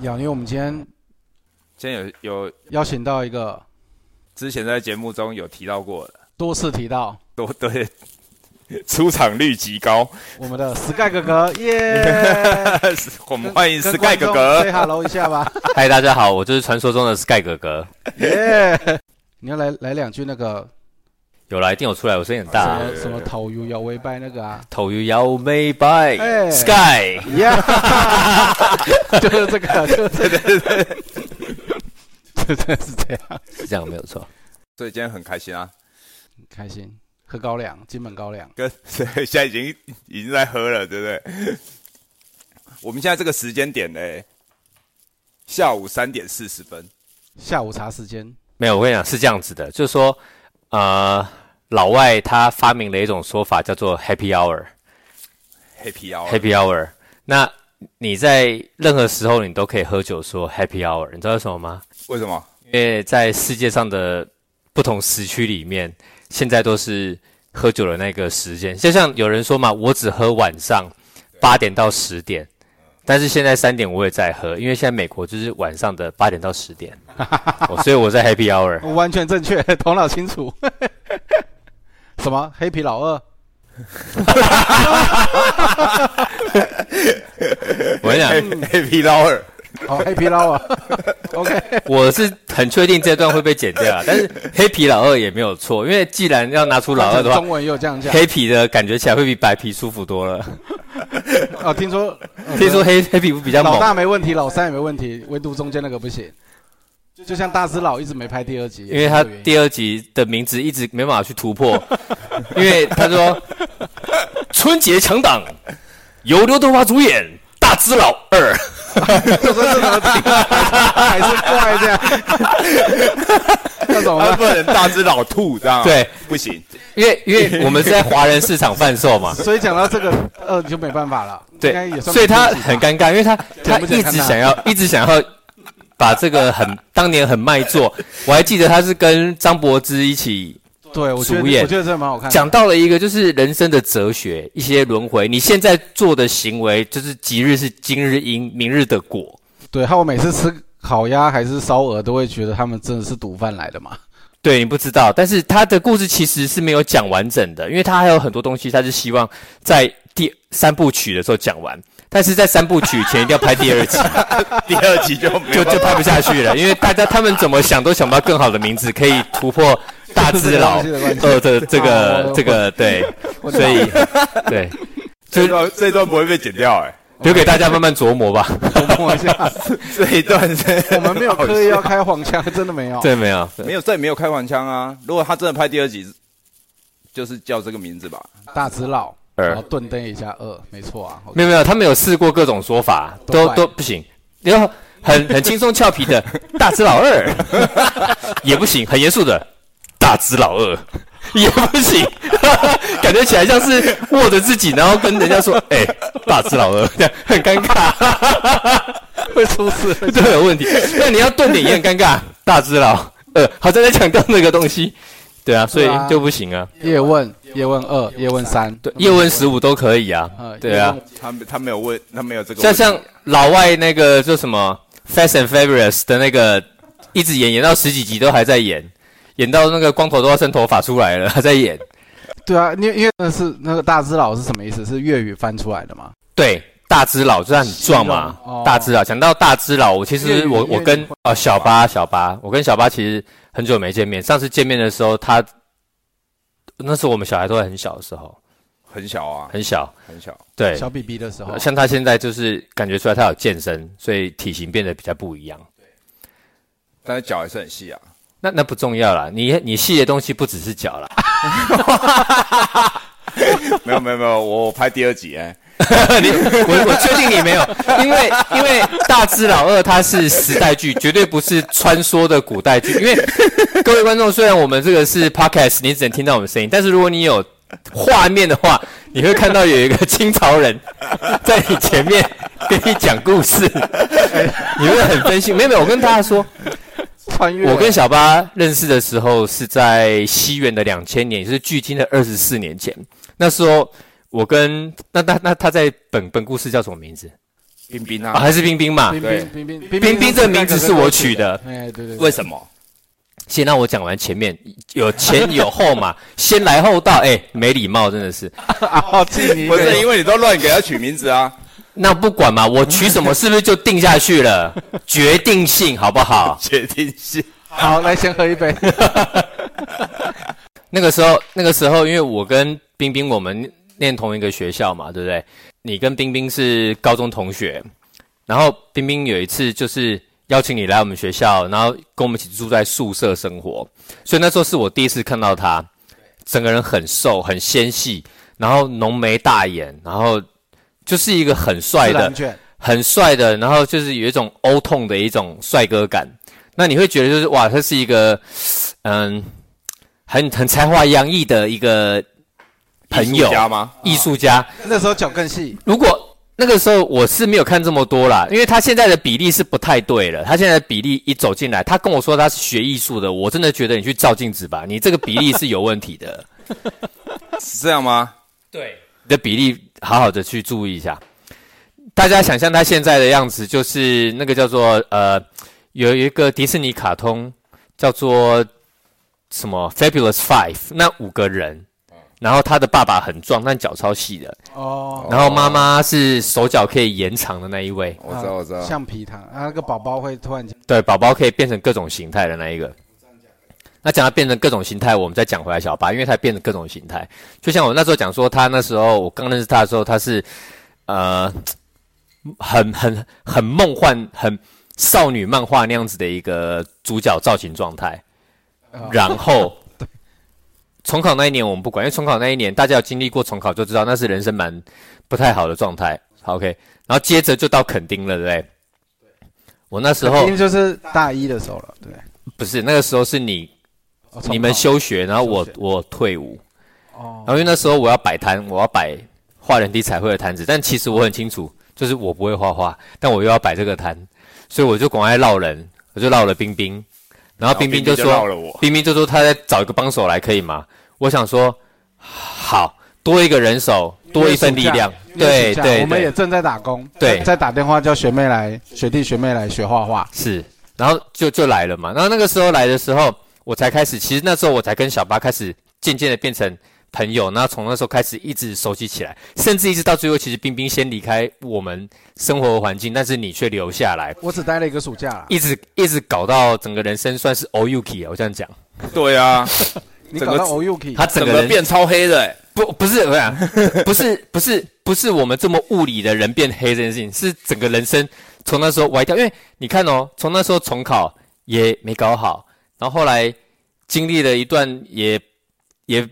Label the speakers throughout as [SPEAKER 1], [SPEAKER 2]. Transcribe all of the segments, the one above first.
[SPEAKER 1] 要，因为我们今天
[SPEAKER 2] 今天有有
[SPEAKER 1] 邀请到一个
[SPEAKER 2] 之前在节目中有提到过的，
[SPEAKER 1] 多次提到
[SPEAKER 2] 多 对，出场率极高。
[SPEAKER 1] 我们 的 Sky 哥哥，耶！
[SPEAKER 2] 我们
[SPEAKER 1] 跟
[SPEAKER 2] 欢迎
[SPEAKER 1] 跟
[SPEAKER 2] Sky 哥
[SPEAKER 1] 观众 say
[SPEAKER 2] 哥，
[SPEAKER 1] hello 一下 吧，
[SPEAKER 3] 嗨，大家好，我就是传说中的 Sky 哥哥，
[SPEAKER 1] 耶！你要来来两句那个
[SPEAKER 3] 有来一定有出来，我声音很
[SPEAKER 1] 什
[SPEAKER 3] 大
[SPEAKER 1] 么，什么头油摇尾拜那个 啊，
[SPEAKER 3] 头油摇尾摆
[SPEAKER 1] 哎
[SPEAKER 3] ，Sky，
[SPEAKER 1] 呀， 就是这 个，就是这个，真的 是这样，
[SPEAKER 3] 是这样没有错。
[SPEAKER 2] 所以今天很开心啊，
[SPEAKER 1] 开心。喝高粱，金门高粱，
[SPEAKER 2] 跟 所以现在已经已经在喝了，对不对？我们现在这个时间点嘞，下午三点四十分，
[SPEAKER 1] 下午茶时间，
[SPEAKER 3] 没有，我跟你讲是这样子的，就是说，呃，老外他发明了一种说法叫做 Happy Hour，Happy
[SPEAKER 2] 黑皮
[SPEAKER 3] 哦
[SPEAKER 2] 腰，
[SPEAKER 3] Hour。那你在任何时候你都可以喝酒说 Happy Hour，你知道为什么吗？
[SPEAKER 2] 为什么？
[SPEAKER 3] 因为在世界上的不同时区里面，现在都是喝酒的那个时间。就像有人说嘛，我只喝晚上八点到十点，但是现在三点我也在喝，因为现在美国就是晚上的八点到 十点、哦所以我在 Happy Hour。
[SPEAKER 1] 完全正确， 头脑清楚。什么黑皮老二？
[SPEAKER 3] 我跟你讲，
[SPEAKER 2] 黑黑皮腰二，
[SPEAKER 1] 哦，黑皮老二。OK，
[SPEAKER 3] 我是很确定这段会被剪掉啊，但是黑皮老二也没有错，因为既然要拿出老二的话
[SPEAKER 1] 中，文也有这样讲。
[SPEAKER 3] 黑皮的感觉起来会比白皮舒服多了。
[SPEAKER 1] 哦，听 说
[SPEAKER 3] 听说黑黑皮肤比较
[SPEAKER 1] 老
[SPEAKER 3] 猛，
[SPEAKER 1] 大没问题，老三也没问题，唯独中间那个不行。就像大只佬一直没拍第二集，
[SPEAKER 3] 因为他
[SPEAKER 1] 也是这个原
[SPEAKER 3] 第二集的名字一直没办法去突破， 因为他说春节强档，由刘德华主演《大只佬二》，
[SPEAKER 1] 就说这怎么听啊， 还是怪这样，那怎么
[SPEAKER 2] 他
[SPEAKER 3] 啊
[SPEAKER 1] 办？
[SPEAKER 2] 啊不能大只老兔这样，
[SPEAKER 3] 对，
[SPEAKER 2] 不行。
[SPEAKER 3] 因为因为我们是在华人市场贩 售嘛，
[SPEAKER 1] 所以讲到这个二就没办法了，应该
[SPEAKER 3] 对
[SPEAKER 1] 也，算
[SPEAKER 3] 所以他
[SPEAKER 1] 不
[SPEAKER 3] 很尴尬，因为他他
[SPEAKER 1] 剪不剪
[SPEAKER 3] 一
[SPEAKER 1] 看
[SPEAKER 3] 直
[SPEAKER 1] 他
[SPEAKER 3] 想要一直想要把这个很当年很卖座，我还记得他是跟张柏芝一起
[SPEAKER 1] 对，我觉得
[SPEAKER 3] 主演
[SPEAKER 1] 我觉得这蛮好看的。
[SPEAKER 3] 讲到了一个就是人生的哲学，一些轮回，你现在做的行为就是即日是今日因，明日的果。
[SPEAKER 1] 对，还有我每次吃烤鸭还是烧鹅，都会觉得他们真的是毒贩来的嘛。
[SPEAKER 3] 对你不知道，但是他的故事其实是没有讲完整的，因为他还有很多东西，他是希望在第三部曲的时候讲完，但是在三部曲前一定要拍第二 集，
[SPEAKER 2] 第二集就没有
[SPEAKER 3] 就就拍不下去了，因为大家他们怎么想都想不到更好的名字可以突破大只佬
[SPEAKER 1] 就是这个东西的关系
[SPEAKER 3] 呃的这
[SPEAKER 1] 哦
[SPEAKER 3] 个这个对，
[SPEAKER 1] 我
[SPEAKER 3] 所以对，
[SPEAKER 2] 这段这段不会被剪掉哎、
[SPEAKER 3] 留给大家慢慢琢磨吧。
[SPEAKER 1] 琢磨一下，
[SPEAKER 2] 这一段是
[SPEAKER 1] 我们没有刻意要开黄腔，真的没有。
[SPEAKER 3] 对，没有，
[SPEAKER 2] 没有，这也没有开黄腔啊。如果他真的拍第二集，就是叫这个名字吧。
[SPEAKER 1] 大只佬，
[SPEAKER 3] 二
[SPEAKER 1] 然后顿蹬一下二，没错啊。
[SPEAKER 3] 没有没有，他们有试过各种说法，
[SPEAKER 1] 都
[SPEAKER 3] 都
[SPEAKER 1] 坏
[SPEAKER 3] 都不行。然后很很轻松俏皮 的大只老二 也不行，很严肃的大只老 二也不行， 感觉起来像是握着自己，然后跟人 家说：“哎、大只老二”，这样很尴尬，
[SPEAKER 1] 会出 事。
[SPEAKER 3] 这很有问题。那你要顿点也很 尴尬，大只老二，好像在强调那个东西。对啊，所以
[SPEAKER 1] 对啊
[SPEAKER 3] 就不行啊。
[SPEAKER 1] 叶问，叶问二，叶问三，
[SPEAKER 3] 对，叶问十五都可以啊
[SPEAKER 1] 呃，。
[SPEAKER 3] 对啊
[SPEAKER 1] 叶。问
[SPEAKER 2] 他他没有问，他没有这个
[SPEAKER 3] 像
[SPEAKER 2] 问题。
[SPEAKER 3] 像老外那个就什么《Fast and Furious》的那个，一直演演到十几集都还在演，演到那个光头都要伸头发出来了，还在演。
[SPEAKER 1] 对啊，因为因为那是那个大只佬是什么意思？是粤语翻出来的嘛？
[SPEAKER 3] 对，大只佬就是他很壮嘛
[SPEAKER 1] 形容哦，
[SPEAKER 3] 大只佬。讲到大只佬，我其
[SPEAKER 1] 粤语
[SPEAKER 3] 实我我
[SPEAKER 1] 粤语
[SPEAKER 3] 跟
[SPEAKER 1] 会
[SPEAKER 3] 哦小巴小巴，我跟小巴其实很久没见面。上次见面的时候，他那时候我们小孩都还很小的时候，
[SPEAKER 2] 很小啊，
[SPEAKER 3] 很小。
[SPEAKER 2] 很小。
[SPEAKER 3] 对，
[SPEAKER 1] 小 BB 的时候，
[SPEAKER 3] 像他现在就是感觉出来他有健身，所以体型变得比较不一样。
[SPEAKER 2] 但是脚还是很细啊。
[SPEAKER 3] 那那不重要啦，你你细的东西不只是脚啦，
[SPEAKER 2] 没有没有没有，我我拍第二集哎、
[SPEAKER 3] 你我我确定你没有，因为因为大只老二它是时代剧，绝对不是穿梭的古代剧。因为各位观众，虽然我们这个是 podcast，你只能听到我们声音，但是如果你有画面的话，你会看到有一个清朝人在你前面跟你讲故事，你会很分心。没有没有，我跟大家说，
[SPEAKER 1] 穿越，
[SPEAKER 3] 我跟小巴认识的时候是在西元的两千年，也就是距今的二十四年前。那时候我跟那那那他在本本故事叫什么名字？
[SPEAKER 2] 冰冰
[SPEAKER 3] 啊，
[SPEAKER 2] 啊，
[SPEAKER 3] 还是冰冰嘛？
[SPEAKER 1] 冰
[SPEAKER 2] 对
[SPEAKER 1] 冰冰冰
[SPEAKER 3] 冰冰这个名字是我取的
[SPEAKER 1] 哎，对对，
[SPEAKER 2] 为
[SPEAKER 1] 对
[SPEAKER 2] 什么？
[SPEAKER 3] 先让我讲完前面，有前有后嘛，先来后到，哎、没礼貌真的是。
[SPEAKER 1] 啊， 好气你一
[SPEAKER 2] 不
[SPEAKER 1] 个
[SPEAKER 2] 是
[SPEAKER 1] 人，
[SPEAKER 2] 因为你都乱给他取名字 啊，
[SPEAKER 3] 那不管嘛，我取什么是不是就定下去了？决定性好不好？
[SPEAKER 2] 决定性。
[SPEAKER 1] 好，来先喝一 杯，
[SPEAKER 3] 那个时候，那个时候，因为我跟冰冰我们念同一个学校嘛，对不对？你跟冰冰是高中同学，然后冰冰有一次就是邀请你来我们学校，然后跟我们一起住在宿舍生活，所以那时候是我第一次看到她，整个人很瘦，很纤细，然后浓眉大眼，然后就是一个很帅
[SPEAKER 1] 自
[SPEAKER 3] 的
[SPEAKER 1] 然，卷
[SPEAKER 3] 很帅的，然后就是有一种欧痛的一种帅哥感。那你会觉得就是哇，他是一个嗯，很很才华洋溢的一个朋
[SPEAKER 2] 艺
[SPEAKER 3] 友
[SPEAKER 2] 术家吗？
[SPEAKER 3] 艺术家。
[SPEAKER 1] 那时候脚更细，
[SPEAKER 3] 如果那个时候我是没有看这么多啦，因为他现在的比例是不太对了。他现在的比例一走进来，他跟我说他是学艺术的，我真的觉得你去照镜子吧，你这个比例是有问题的。
[SPEAKER 2] 是这样吗？
[SPEAKER 3] 对，你的比例好好的去注意一下。大家想象他现在的样子，就是那个叫做呃，有一个迪士尼卡通叫做什么《Fabulous Five》，那五个人，然后他的爸爸很壮，但脚超细的，
[SPEAKER 1] 哦，
[SPEAKER 3] 然后妈妈是手脚可以延长的那一位，
[SPEAKER 2] 我知道，我知道。
[SPEAKER 1] 橡皮糖，啊，那个宝宝会突然间，
[SPEAKER 3] 对，宝宝可以变成各种形态的那一个。那讲到变成各种形态，我们再讲回来小巴，因为他变成各种形态，就像我那时候讲说，他那时候我刚认识他的时候，他是呃很很很梦幻、很少女漫画那样子的一个主角造型状态。然后重考那一年我们不管，因为重考那一年大家有经历过重考就知道，那是人生蛮不太好的状态。好 OK，然后接着就到垦丁了，对不对？我那时候
[SPEAKER 1] 肯定就是大一的时候了，对不对，
[SPEAKER 3] 不是那个时候是你
[SPEAKER 1] 哦
[SPEAKER 3] 你们，休学，然后我
[SPEAKER 1] 休学
[SPEAKER 3] 我退伍，
[SPEAKER 1] 重考
[SPEAKER 3] 然
[SPEAKER 1] 哦，
[SPEAKER 3] 后因为那时候我要摆摊，我要摆画人体彩绘的摊子，但其实我很清楚，就是我不会画画，但我又要摆这个摊，所以我就赶快绕人，我就绕了冰冰，然后冰冰就
[SPEAKER 2] 然后绕
[SPEAKER 3] 说，
[SPEAKER 2] 了我，
[SPEAKER 3] 冰冰就说他在找一个帮手来，可以吗？我想说，好多一个人手，多一份力量，
[SPEAKER 1] 因为
[SPEAKER 3] 对
[SPEAKER 1] 暑假
[SPEAKER 3] 对
[SPEAKER 1] 我们
[SPEAKER 3] 对
[SPEAKER 1] 也，正在打工，
[SPEAKER 3] 对
[SPEAKER 1] 在打电话叫学妹来，学弟学妹来学画画，
[SPEAKER 3] 是，然后就就来了嘛。然后那个时候来的时候，我才开始，其实那时候我才跟小巴开始渐渐的变成朋友。然后从那时候开始一直熟悉起来，甚至一直到最后，其实冰冰先离开我们生活环境，但是你却留下来，
[SPEAKER 1] 我只待了一个暑假啦，
[SPEAKER 3] 一直一直搞到整个人生算是 o u k 啊，我这样讲，
[SPEAKER 2] 对啊，
[SPEAKER 1] 你
[SPEAKER 2] 整
[SPEAKER 1] 搞
[SPEAKER 2] 个
[SPEAKER 1] 到 Oyuki，
[SPEAKER 3] 他
[SPEAKER 2] 整
[SPEAKER 3] 整个
[SPEAKER 2] 个
[SPEAKER 3] 人
[SPEAKER 2] 变超黑的欸，
[SPEAKER 3] 不不是我想 不是不是不是我们这么物理的人变黑这件事情，是整个人生从那时候歪掉。因为你看哦，从那时候重考也没搞好，然后后来经历了一段也也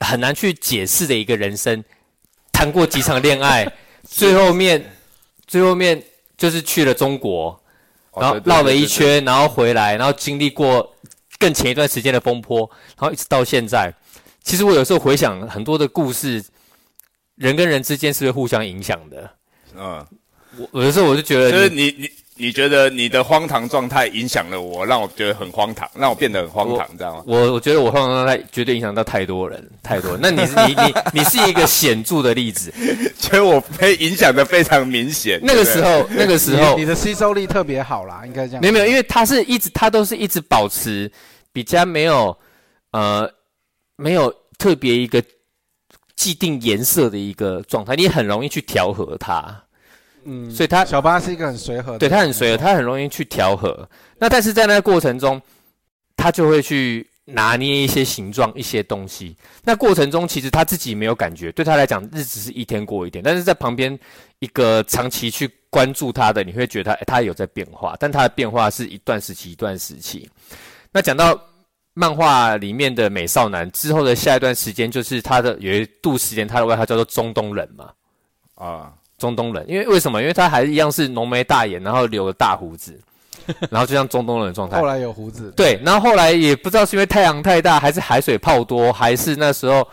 [SPEAKER 3] 很难去解释的一个人生，谈过几场恋爱，最后面最后面就是去了中国，然后
[SPEAKER 2] 哦
[SPEAKER 3] 绕了一，圈，然后回来，然后经历过更前一段时间的风波，然后一直到现在。其实我有时候回想很多的故事，人跟人之间是会互相影响的。
[SPEAKER 2] 对对对对对嗯。
[SPEAKER 3] 我我有时候我就觉得
[SPEAKER 2] 就是
[SPEAKER 3] 你，
[SPEAKER 2] 你你你觉得你的荒唐状态影响了我，让我觉得很荒唐，让我变得很荒唐，知道吗？
[SPEAKER 3] 我我觉得我放状态绝对影响到太多人，太多人。那你是你你你是一个显著的例子。
[SPEAKER 2] 觉得我被影响的非常明显。
[SPEAKER 3] 那
[SPEAKER 2] 对
[SPEAKER 3] 个
[SPEAKER 2] 不
[SPEAKER 3] 时
[SPEAKER 2] 对，
[SPEAKER 3] 候，那个时候
[SPEAKER 1] 你你的吸收力特别好啦，应该这样，
[SPEAKER 3] 没有没有，因为他是一直他都是一直保持比较没有呃没有特别一个既定颜色的一个状态，你很容易去调和它，
[SPEAKER 1] 嗯
[SPEAKER 3] 所以他
[SPEAKER 1] 小巴是一个很随和的，
[SPEAKER 3] 对他很随和，他很容易去调和。那但是在那个过程中，他就会去拿捏一些形状、一些东西。那过程中其实他自己没有感觉，对他来讲日子是一天过一天。但是在旁边一个长期去关注他的，你会觉得他诶他有在变化，但他的变化是一段时期一段时期。那讲到漫画里面的美少男之后的下一段时间，就是他的有一度时间，他的外号叫做中东人嘛。
[SPEAKER 2] 啊，
[SPEAKER 3] 中东人，因为为什么？因为他还一样是浓眉大眼，然后留了大胡 子，然后就像中东人的状态
[SPEAKER 1] 后。来有胡子，
[SPEAKER 3] 对，然后后来也不知道是因为太阳太大，还是海水泡多，还是那时 候，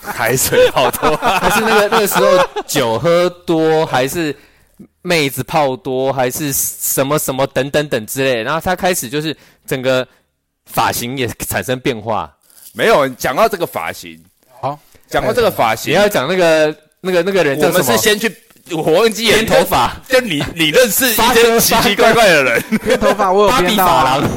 [SPEAKER 2] 海水好 多，
[SPEAKER 3] 还是那个那个时候酒喝多，还是妹子泡多，还是什么什么等等等之类的。然后他开始就是整个发型也产生变化。
[SPEAKER 2] 没有讲到这个发型，
[SPEAKER 1] 好，
[SPEAKER 2] 讲到这个发
[SPEAKER 3] 也
[SPEAKER 2] 型，
[SPEAKER 1] 哎
[SPEAKER 3] 要讲那个那个那个人
[SPEAKER 2] 我
[SPEAKER 3] 叫什
[SPEAKER 2] 们是
[SPEAKER 3] 么？
[SPEAKER 2] 先去我忘记
[SPEAKER 3] 编头发，
[SPEAKER 2] 就你你认识一
[SPEAKER 3] 发哥
[SPEAKER 2] 些奇奇怪怪的人，
[SPEAKER 1] 编头发我有
[SPEAKER 3] 芭比
[SPEAKER 1] 编到
[SPEAKER 3] 发
[SPEAKER 1] 啊，
[SPEAKER 3] 廊，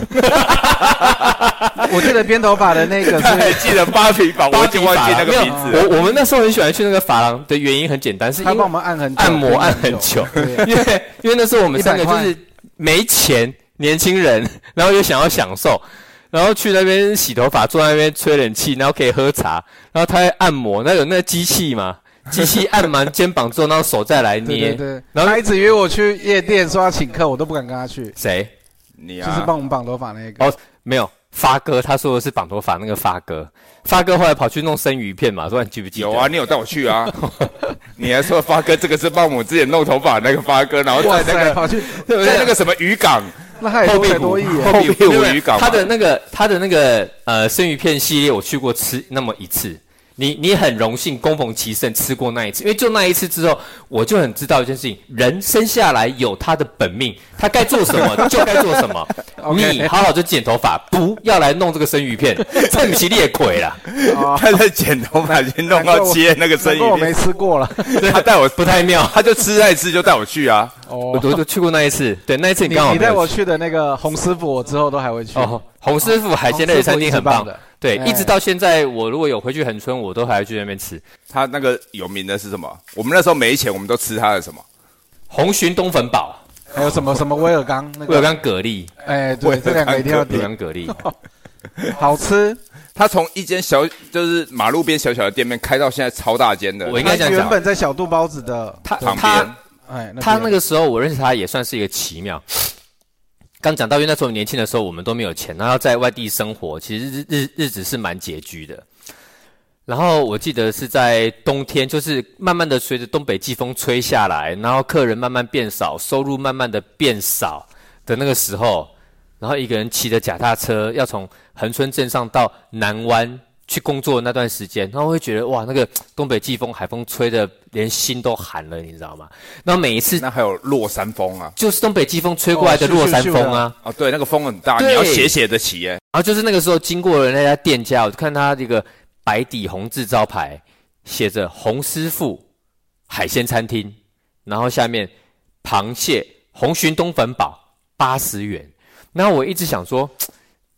[SPEAKER 1] 我记得编头发的那个
[SPEAKER 2] 他 还
[SPEAKER 1] 是
[SPEAKER 2] 记得芭比吧？我
[SPEAKER 3] 芭
[SPEAKER 2] 已
[SPEAKER 3] 比
[SPEAKER 2] 经忘
[SPEAKER 3] 发
[SPEAKER 2] 记那
[SPEAKER 3] 廊。
[SPEAKER 2] 个
[SPEAKER 3] 没有
[SPEAKER 2] 名字，了。
[SPEAKER 3] 我我们那时候很喜欢去那个发廊的原因很简单，是因
[SPEAKER 1] 他
[SPEAKER 3] 为
[SPEAKER 1] 帮我们按很久
[SPEAKER 3] 按摩按很久，
[SPEAKER 1] 对
[SPEAKER 3] 因为因为那时候我们三个
[SPEAKER 1] 100
[SPEAKER 3] 就
[SPEAKER 1] 块
[SPEAKER 3] 是没钱，年轻人， 然后又想要享受，然后去那边洗头发，坐在那边吹冷气，然后可以喝茶，然后他会按摩，那有那个机器嘛， 机器按完肩膀之后，然后手再来捏
[SPEAKER 1] 对对，对，
[SPEAKER 3] 然后
[SPEAKER 1] 他一直约我去夜店说要请客，我都不敢跟他去，
[SPEAKER 3] 谁？
[SPEAKER 2] 你
[SPEAKER 1] 就是
[SPEAKER 2] 啊，
[SPEAKER 1] 帮我们绑头发那个。
[SPEAKER 3] 哦，没有。发哥，他说的是绑头发那个发哥，发哥后来跑去弄生鱼片嘛，说你记不记得？
[SPEAKER 2] 有啊，，你有带我去啊？ 你还说发哥这个是帮我们之前弄头发那个发哥，然
[SPEAKER 3] 哦
[SPEAKER 2] 后
[SPEAKER 1] 哇
[SPEAKER 2] 在那
[SPEAKER 1] 塞，
[SPEAKER 2] 个
[SPEAKER 1] 跑去
[SPEAKER 2] 在那个什么渔港，
[SPEAKER 1] 那他也
[SPEAKER 3] 后
[SPEAKER 1] 多
[SPEAKER 3] 壁
[SPEAKER 1] 才
[SPEAKER 3] 湖
[SPEAKER 1] 多艺耶，
[SPEAKER 2] 后壁湖那个渔港嘛，
[SPEAKER 3] 他的那个他的那个呃生鱼片系列，我去过吃那么一次。你你很荣幸恭逢其盛吃过那一次，因为就那一次之后，我就很知道一件事情：人生下来有他的本命，他该做什么就该做什么。
[SPEAKER 1] OK
[SPEAKER 3] 你好好就剪头发，不要来弄这个生鱼片，这米奇列鬼啦，
[SPEAKER 1] 哦
[SPEAKER 2] 他在剪头发已经弄到切那个生
[SPEAKER 1] 难怪我
[SPEAKER 2] 鱼
[SPEAKER 1] 没
[SPEAKER 2] 片，
[SPEAKER 1] 吃过了。
[SPEAKER 2] 他带我，
[SPEAKER 3] 不太妙。
[SPEAKER 2] 他就吃那一次就带我去啊。
[SPEAKER 1] 哦
[SPEAKER 3] 我我就去过那一次，对那一次你
[SPEAKER 1] 你
[SPEAKER 3] 刚好
[SPEAKER 1] 你
[SPEAKER 3] 没有
[SPEAKER 1] 带我
[SPEAKER 3] 去
[SPEAKER 1] 去的那个洪师傅，我之后都还会去。
[SPEAKER 3] 哦，洪师傅海鲜
[SPEAKER 1] 洪
[SPEAKER 3] 类
[SPEAKER 1] 师傅
[SPEAKER 3] 的餐厅
[SPEAKER 1] 一直
[SPEAKER 3] 很
[SPEAKER 1] 棒
[SPEAKER 3] 棒
[SPEAKER 1] 的
[SPEAKER 3] 对，
[SPEAKER 1] 哎
[SPEAKER 3] 一直到现在，我如果有回去恒春，我都还会去那边吃
[SPEAKER 2] 他那个有名的是什么？我们那时候没钱，我们都吃他的什么？
[SPEAKER 3] 红鲟东粉堡。
[SPEAKER 1] 还有什么什么威尔刚那
[SPEAKER 3] 我
[SPEAKER 1] 个？
[SPEAKER 3] 有刚蛤蜊，
[SPEAKER 1] 哎，对，
[SPEAKER 2] 威尔
[SPEAKER 1] 这两个一定要
[SPEAKER 2] 刚
[SPEAKER 3] 我有
[SPEAKER 1] 点，
[SPEAKER 3] 刚蛤蜊，
[SPEAKER 1] 好吃。
[SPEAKER 2] 他从一间小就是马路边小小的店面开到现在超大间的，
[SPEAKER 3] 我应
[SPEAKER 1] 他
[SPEAKER 3] 该这样
[SPEAKER 1] 原
[SPEAKER 3] 讲。
[SPEAKER 1] 本在小肚包子的，
[SPEAKER 3] 他
[SPEAKER 2] 旁
[SPEAKER 3] 他
[SPEAKER 2] 边
[SPEAKER 1] 哎，
[SPEAKER 3] 他那
[SPEAKER 1] 边
[SPEAKER 3] 个时候我认识他也算是一个奇妙。 刚讲到，因为那时候年轻的时候我们都没有钱，然后在外地生活，其实日日日子是蛮拮据的。然后我记得是在冬天，就是慢慢的随着东北季风吹下来，然后客人慢慢变少，收入慢慢的变少的那个时候，然后一个人骑着脚踏车要从恒春镇上到南湾去工作的那段时间，然后会觉得哇，那个东北季风海风吹的连心都寒了，你知道吗？然后每一次
[SPEAKER 2] 那还有落山风啊，
[SPEAKER 3] 就是东北季风吹过来的落山风啊，
[SPEAKER 2] 哦对，那个风很大，
[SPEAKER 3] 对
[SPEAKER 2] 你要斜斜的骑耶。
[SPEAKER 3] 然后就是那个时候经过了那家店家，我就看他这个白底红字招牌，写着“洪师傅海鲜餐厅”，然后下面螃蟹红鲟东粉堡八十元。然后我一直想说，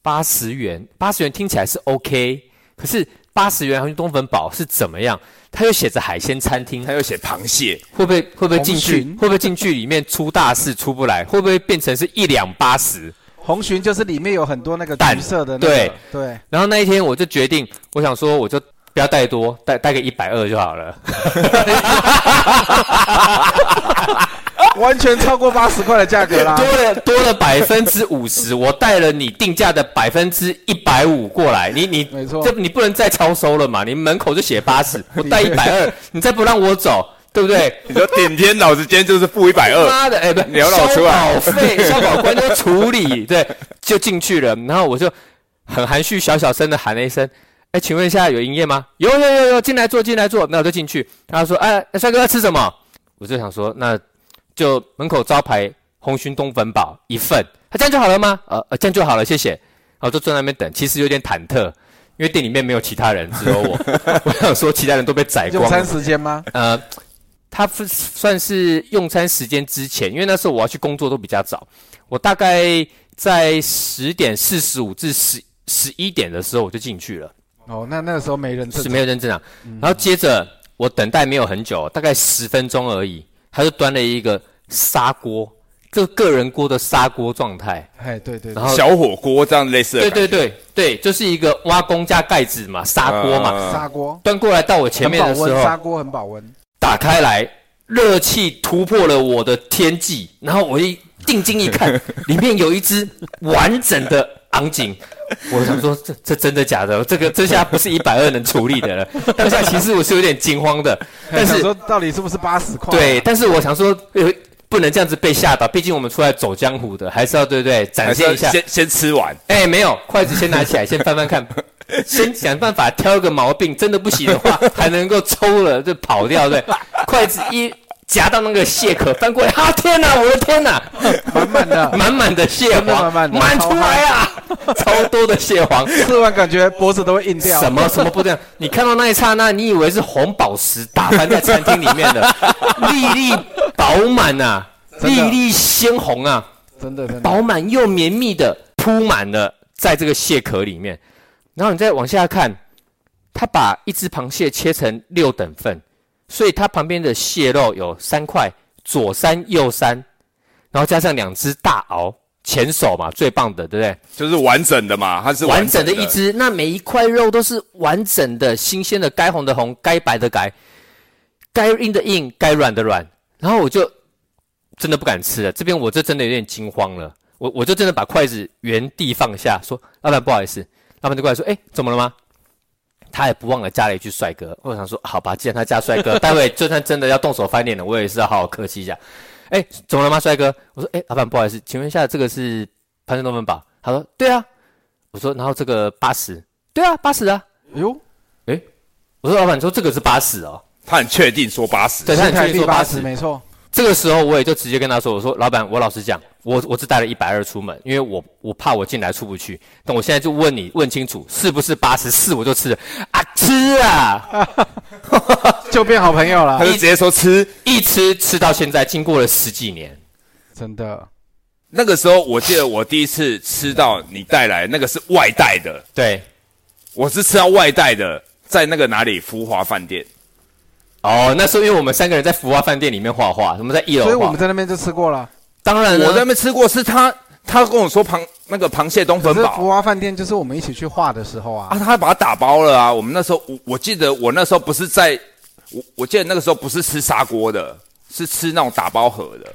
[SPEAKER 3] 八十元，八十元听起来是 OK，可是八十元红鲟东粉堡是怎么样？他又写着海鲜餐厅，
[SPEAKER 2] 他又写螃蟹，
[SPEAKER 3] 会不会会不会进去
[SPEAKER 1] 红鲟？
[SPEAKER 3] 会不会进去里面出大事出不来？会不会变成是一两八十？
[SPEAKER 1] 红鲟就是里面有很多那个
[SPEAKER 3] 蛋
[SPEAKER 1] 橘色的那
[SPEAKER 3] 对
[SPEAKER 1] 个，对，
[SPEAKER 3] 然后那一天我就决定，我想说我就不要带多，带带个一百二就好了。
[SPEAKER 1] 完全超过八十块的价格啦
[SPEAKER 3] 多。了多了百分之五十，我带了你定价的百分之一百五过来，你你
[SPEAKER 1] 没错
[SPEAKER 3] 这你不能再超收了嘛？你门口就写八十，我带一百 二，你再不让我走，对不对？
[SPEAKER 2] 你说顶天老子今天就是付一百 二，
[SPEAKER 3] 妈的，哎、不，
[SPEAKER 2] 你要让我出来
[SPEAKER 3] 消保 费，消保官就处理，对，就进去了。然后我就很含蓄、小小声的喊了一声：“哎，请问一下，有营业吗？”“有，有，有，有，进来坐，进来坐。”那我就进去。他说：“哎，帅哥要吃什么？”我就想说，那就门口招牌红鲟东粉堡一份，他、这样就好了吗？呃，呃这样就好了，谢谢。然后就坐在那边等，其实有点忐忑，因为店里面没有其他人，只有我。 我想说，其他人都被宰
[SPEAKER 1] 用
[SPEAKER 3] 光了
[SPEAKER 1] 餐。时间吗？
[SPEAKER 3] 呃，他是算是用餐时间之前，因为那时候我要去工作都比较早，我大概在十点四十五至十十一点的时候我就进去了，
[SPEAKER 1] 哦，那那个时候没人吃
[SPEAKER 3] 是。没有认真啊。
[SPEAKER 2] 嗯
[SPEAKER 3] 然后接着我等待没有很久，大概十分钟而已，他就端了一个砂锅，就个人锅的砂锅状态，
[SPEAKER 1] 哎，对对对
[SPEAKER 3] 然，后
[SPEAKER 2] 小火锅这样类似的
[SPEAKER 3] 对
[SPEAKER 2] 感觉，
[SPEAKER 3] 对对对，就是一个挖工加盖子嘛，砂锅嘛，
[SPEAKER 2] 嗯
[SPEAKER 1] 砂锅
[SPEAKER 3] 端过来到我前面的
[SPEAKER 1] 很保
[SPEAKER 3] 时
[SPEAKER 1] 温
[SPEAKER 3] 候，
[SPEAKER 1] 砂锅很保温。
[SPEAKER 3] 打开来，热气突破了我的天际，然后我一定睛 一看，里面有一只完整的昂颈。我想说，这这真的假的？这个这下不是一百二能处理的了。当下其实我是有点惊慌的，但
[SPEAKER 1] 想
[SPEAKER 3] 是
[SPEAKER 1] 说到底是不是八十块？啊
[SPEAKER 3] 对，，但是我想说，呃，不能这样子被吓到，毕竟我们出来走江湖的，还是要对不对展
[SPEAKER 2] 还是
[SPEAKER 3] 现
[SPEAKER 2] 要
[SPEAKER 3] 一下。
[SPEAKER 2] 先先吃完。
[SPEAKER 3] 哎、没有，筷子先拿起来，先翻翻看，先想办法挑一个毛病，真的不行的话，还能够抽了就跑掉，对。筷子一夹到那个蟹壳，翻过来，啊天哪，我的天哪，
[SPEAKER 1] 满满的，
[SPEAKER 3] 满满的蟹
[SPEAKER 1] 啊真的
[SPEAKER 3] 黄，
[SPEAKER 1] 满满的
[SPEAKER 3] 出来啊，超多的蟹黄。
[SPEAKER 1] 吃完感觉脖子都会硬掉。
[SPEAKER 3] 什么什么不对？你看到那一刹那，你以为是红宝石打翻在餐厅里面的，粒粒饱满啊，
[SPEAKER 1] 真的
[SPEAKER 3] 粒粒鲜红啊，
[SPEAKER 1] 真的真的，
[SPEAKER 3] 饱满又绵密的铺满了在这个蟹壳里面。然后你再往下看，他把一只螃蟹切成六等份，所以它旁边的蟹肉有三块，左三右三，然后加上两只大螯，前手嘛最棒的，对不对？
[SPEAKER 2] 就是完整的嘛，它是
[SPEAKER 3] 完整
[SPEAKER 2] 整
[SPEAKER 3] 的一只，那每一块肉都是完整的、新鲜的，该红的红，该白的白，该硬的硬，该软的软。然后我就真的不敢吃了，这边我就真的有点惊慌了，我我就真的把筷子原地放下，说：“老板，不好意思。”老板就过来说：“哎，怎么了吗？”他也不忘了加了一句“帅哥”，我想说，好吧，既然他加帅哥，待会就算真的要动手翻脸了，我也是要好好客气一下。哎，怎么了吗，帅哥？我说，哎，老板，不好意思，请问一下，这个是潘森东门堡？他说，对啊。我说，然后这个八十，对啊，八十啊。
[SPEAKER 1] 哎呦，
[SPEAKER 3] 我说，老板你说这个是八十哦，
[SPEAKER 2] 他很确定说八十，
[SPEAKER 3] 对
[SPEAKER 1] 新
[SPEAKER 3] 他很
[SPEAKER 1] 台
[SPEAKER 3] 确定
[SPEAKER 1] 币
[SPEAKER 3] 说
[SPEAKER 1] 八
[SPEAKER 3] 八
[SPEAKER 1] 十，
[SPEAKER 3] 十。
[SPEAKER 1] 没错，
[SPEAKER 3] 这个时候我也就直接跟他说，我说，老板，我老实讲，我我只带了一百二出门，因为我我怕我进来出不去。但我现在就问你，问清楚是不是八十四，我就吃了啊吃啊。
[SPEAKER 1] 就变好朋友了
[SPEAKER 2] 他，就直接说吃。
[SPEAKER 3] 一吃吃到现在，经过了十几年，
[SPEAKER 1] 真的。
[SPEAKER 2] 那个时候我记得我第一次吃到你带来那个是外带的，
[SPEAKER 3] 对，
[SPEAKER 2] 我是吃到外带的，在那个哪里福华饭店，
[SPEAKER 3] 哦，那时候因为我们三个人在福华饭店里面画画，我们在一楼
[SPEAKER 1] 所以
[SPEAKER 3] 画，
[SPEAKER 1] 我们在那边就吃过了。
[SPEAKER 3] 当然
[SPEAKER 2] 我在那
[SPEAKER 3] 了，
[SPEAKER 2] 边吃过，是他他跟我说螃那个螃蟹东
[SPEAKER 1] 可
[SPEAKER 2] 粉
[SPEAKER 1] 是
[SPEAKER 2] 堡
[SPEAKER 1] 福华饭店就是我们一起去画的时候啊
[SPEAKER 2] 啊，，他把它打包了啊。我们那时候我我记得我那时候不是在，我我记得那个时候不是吃砂锅的，是吃那种打包盒的。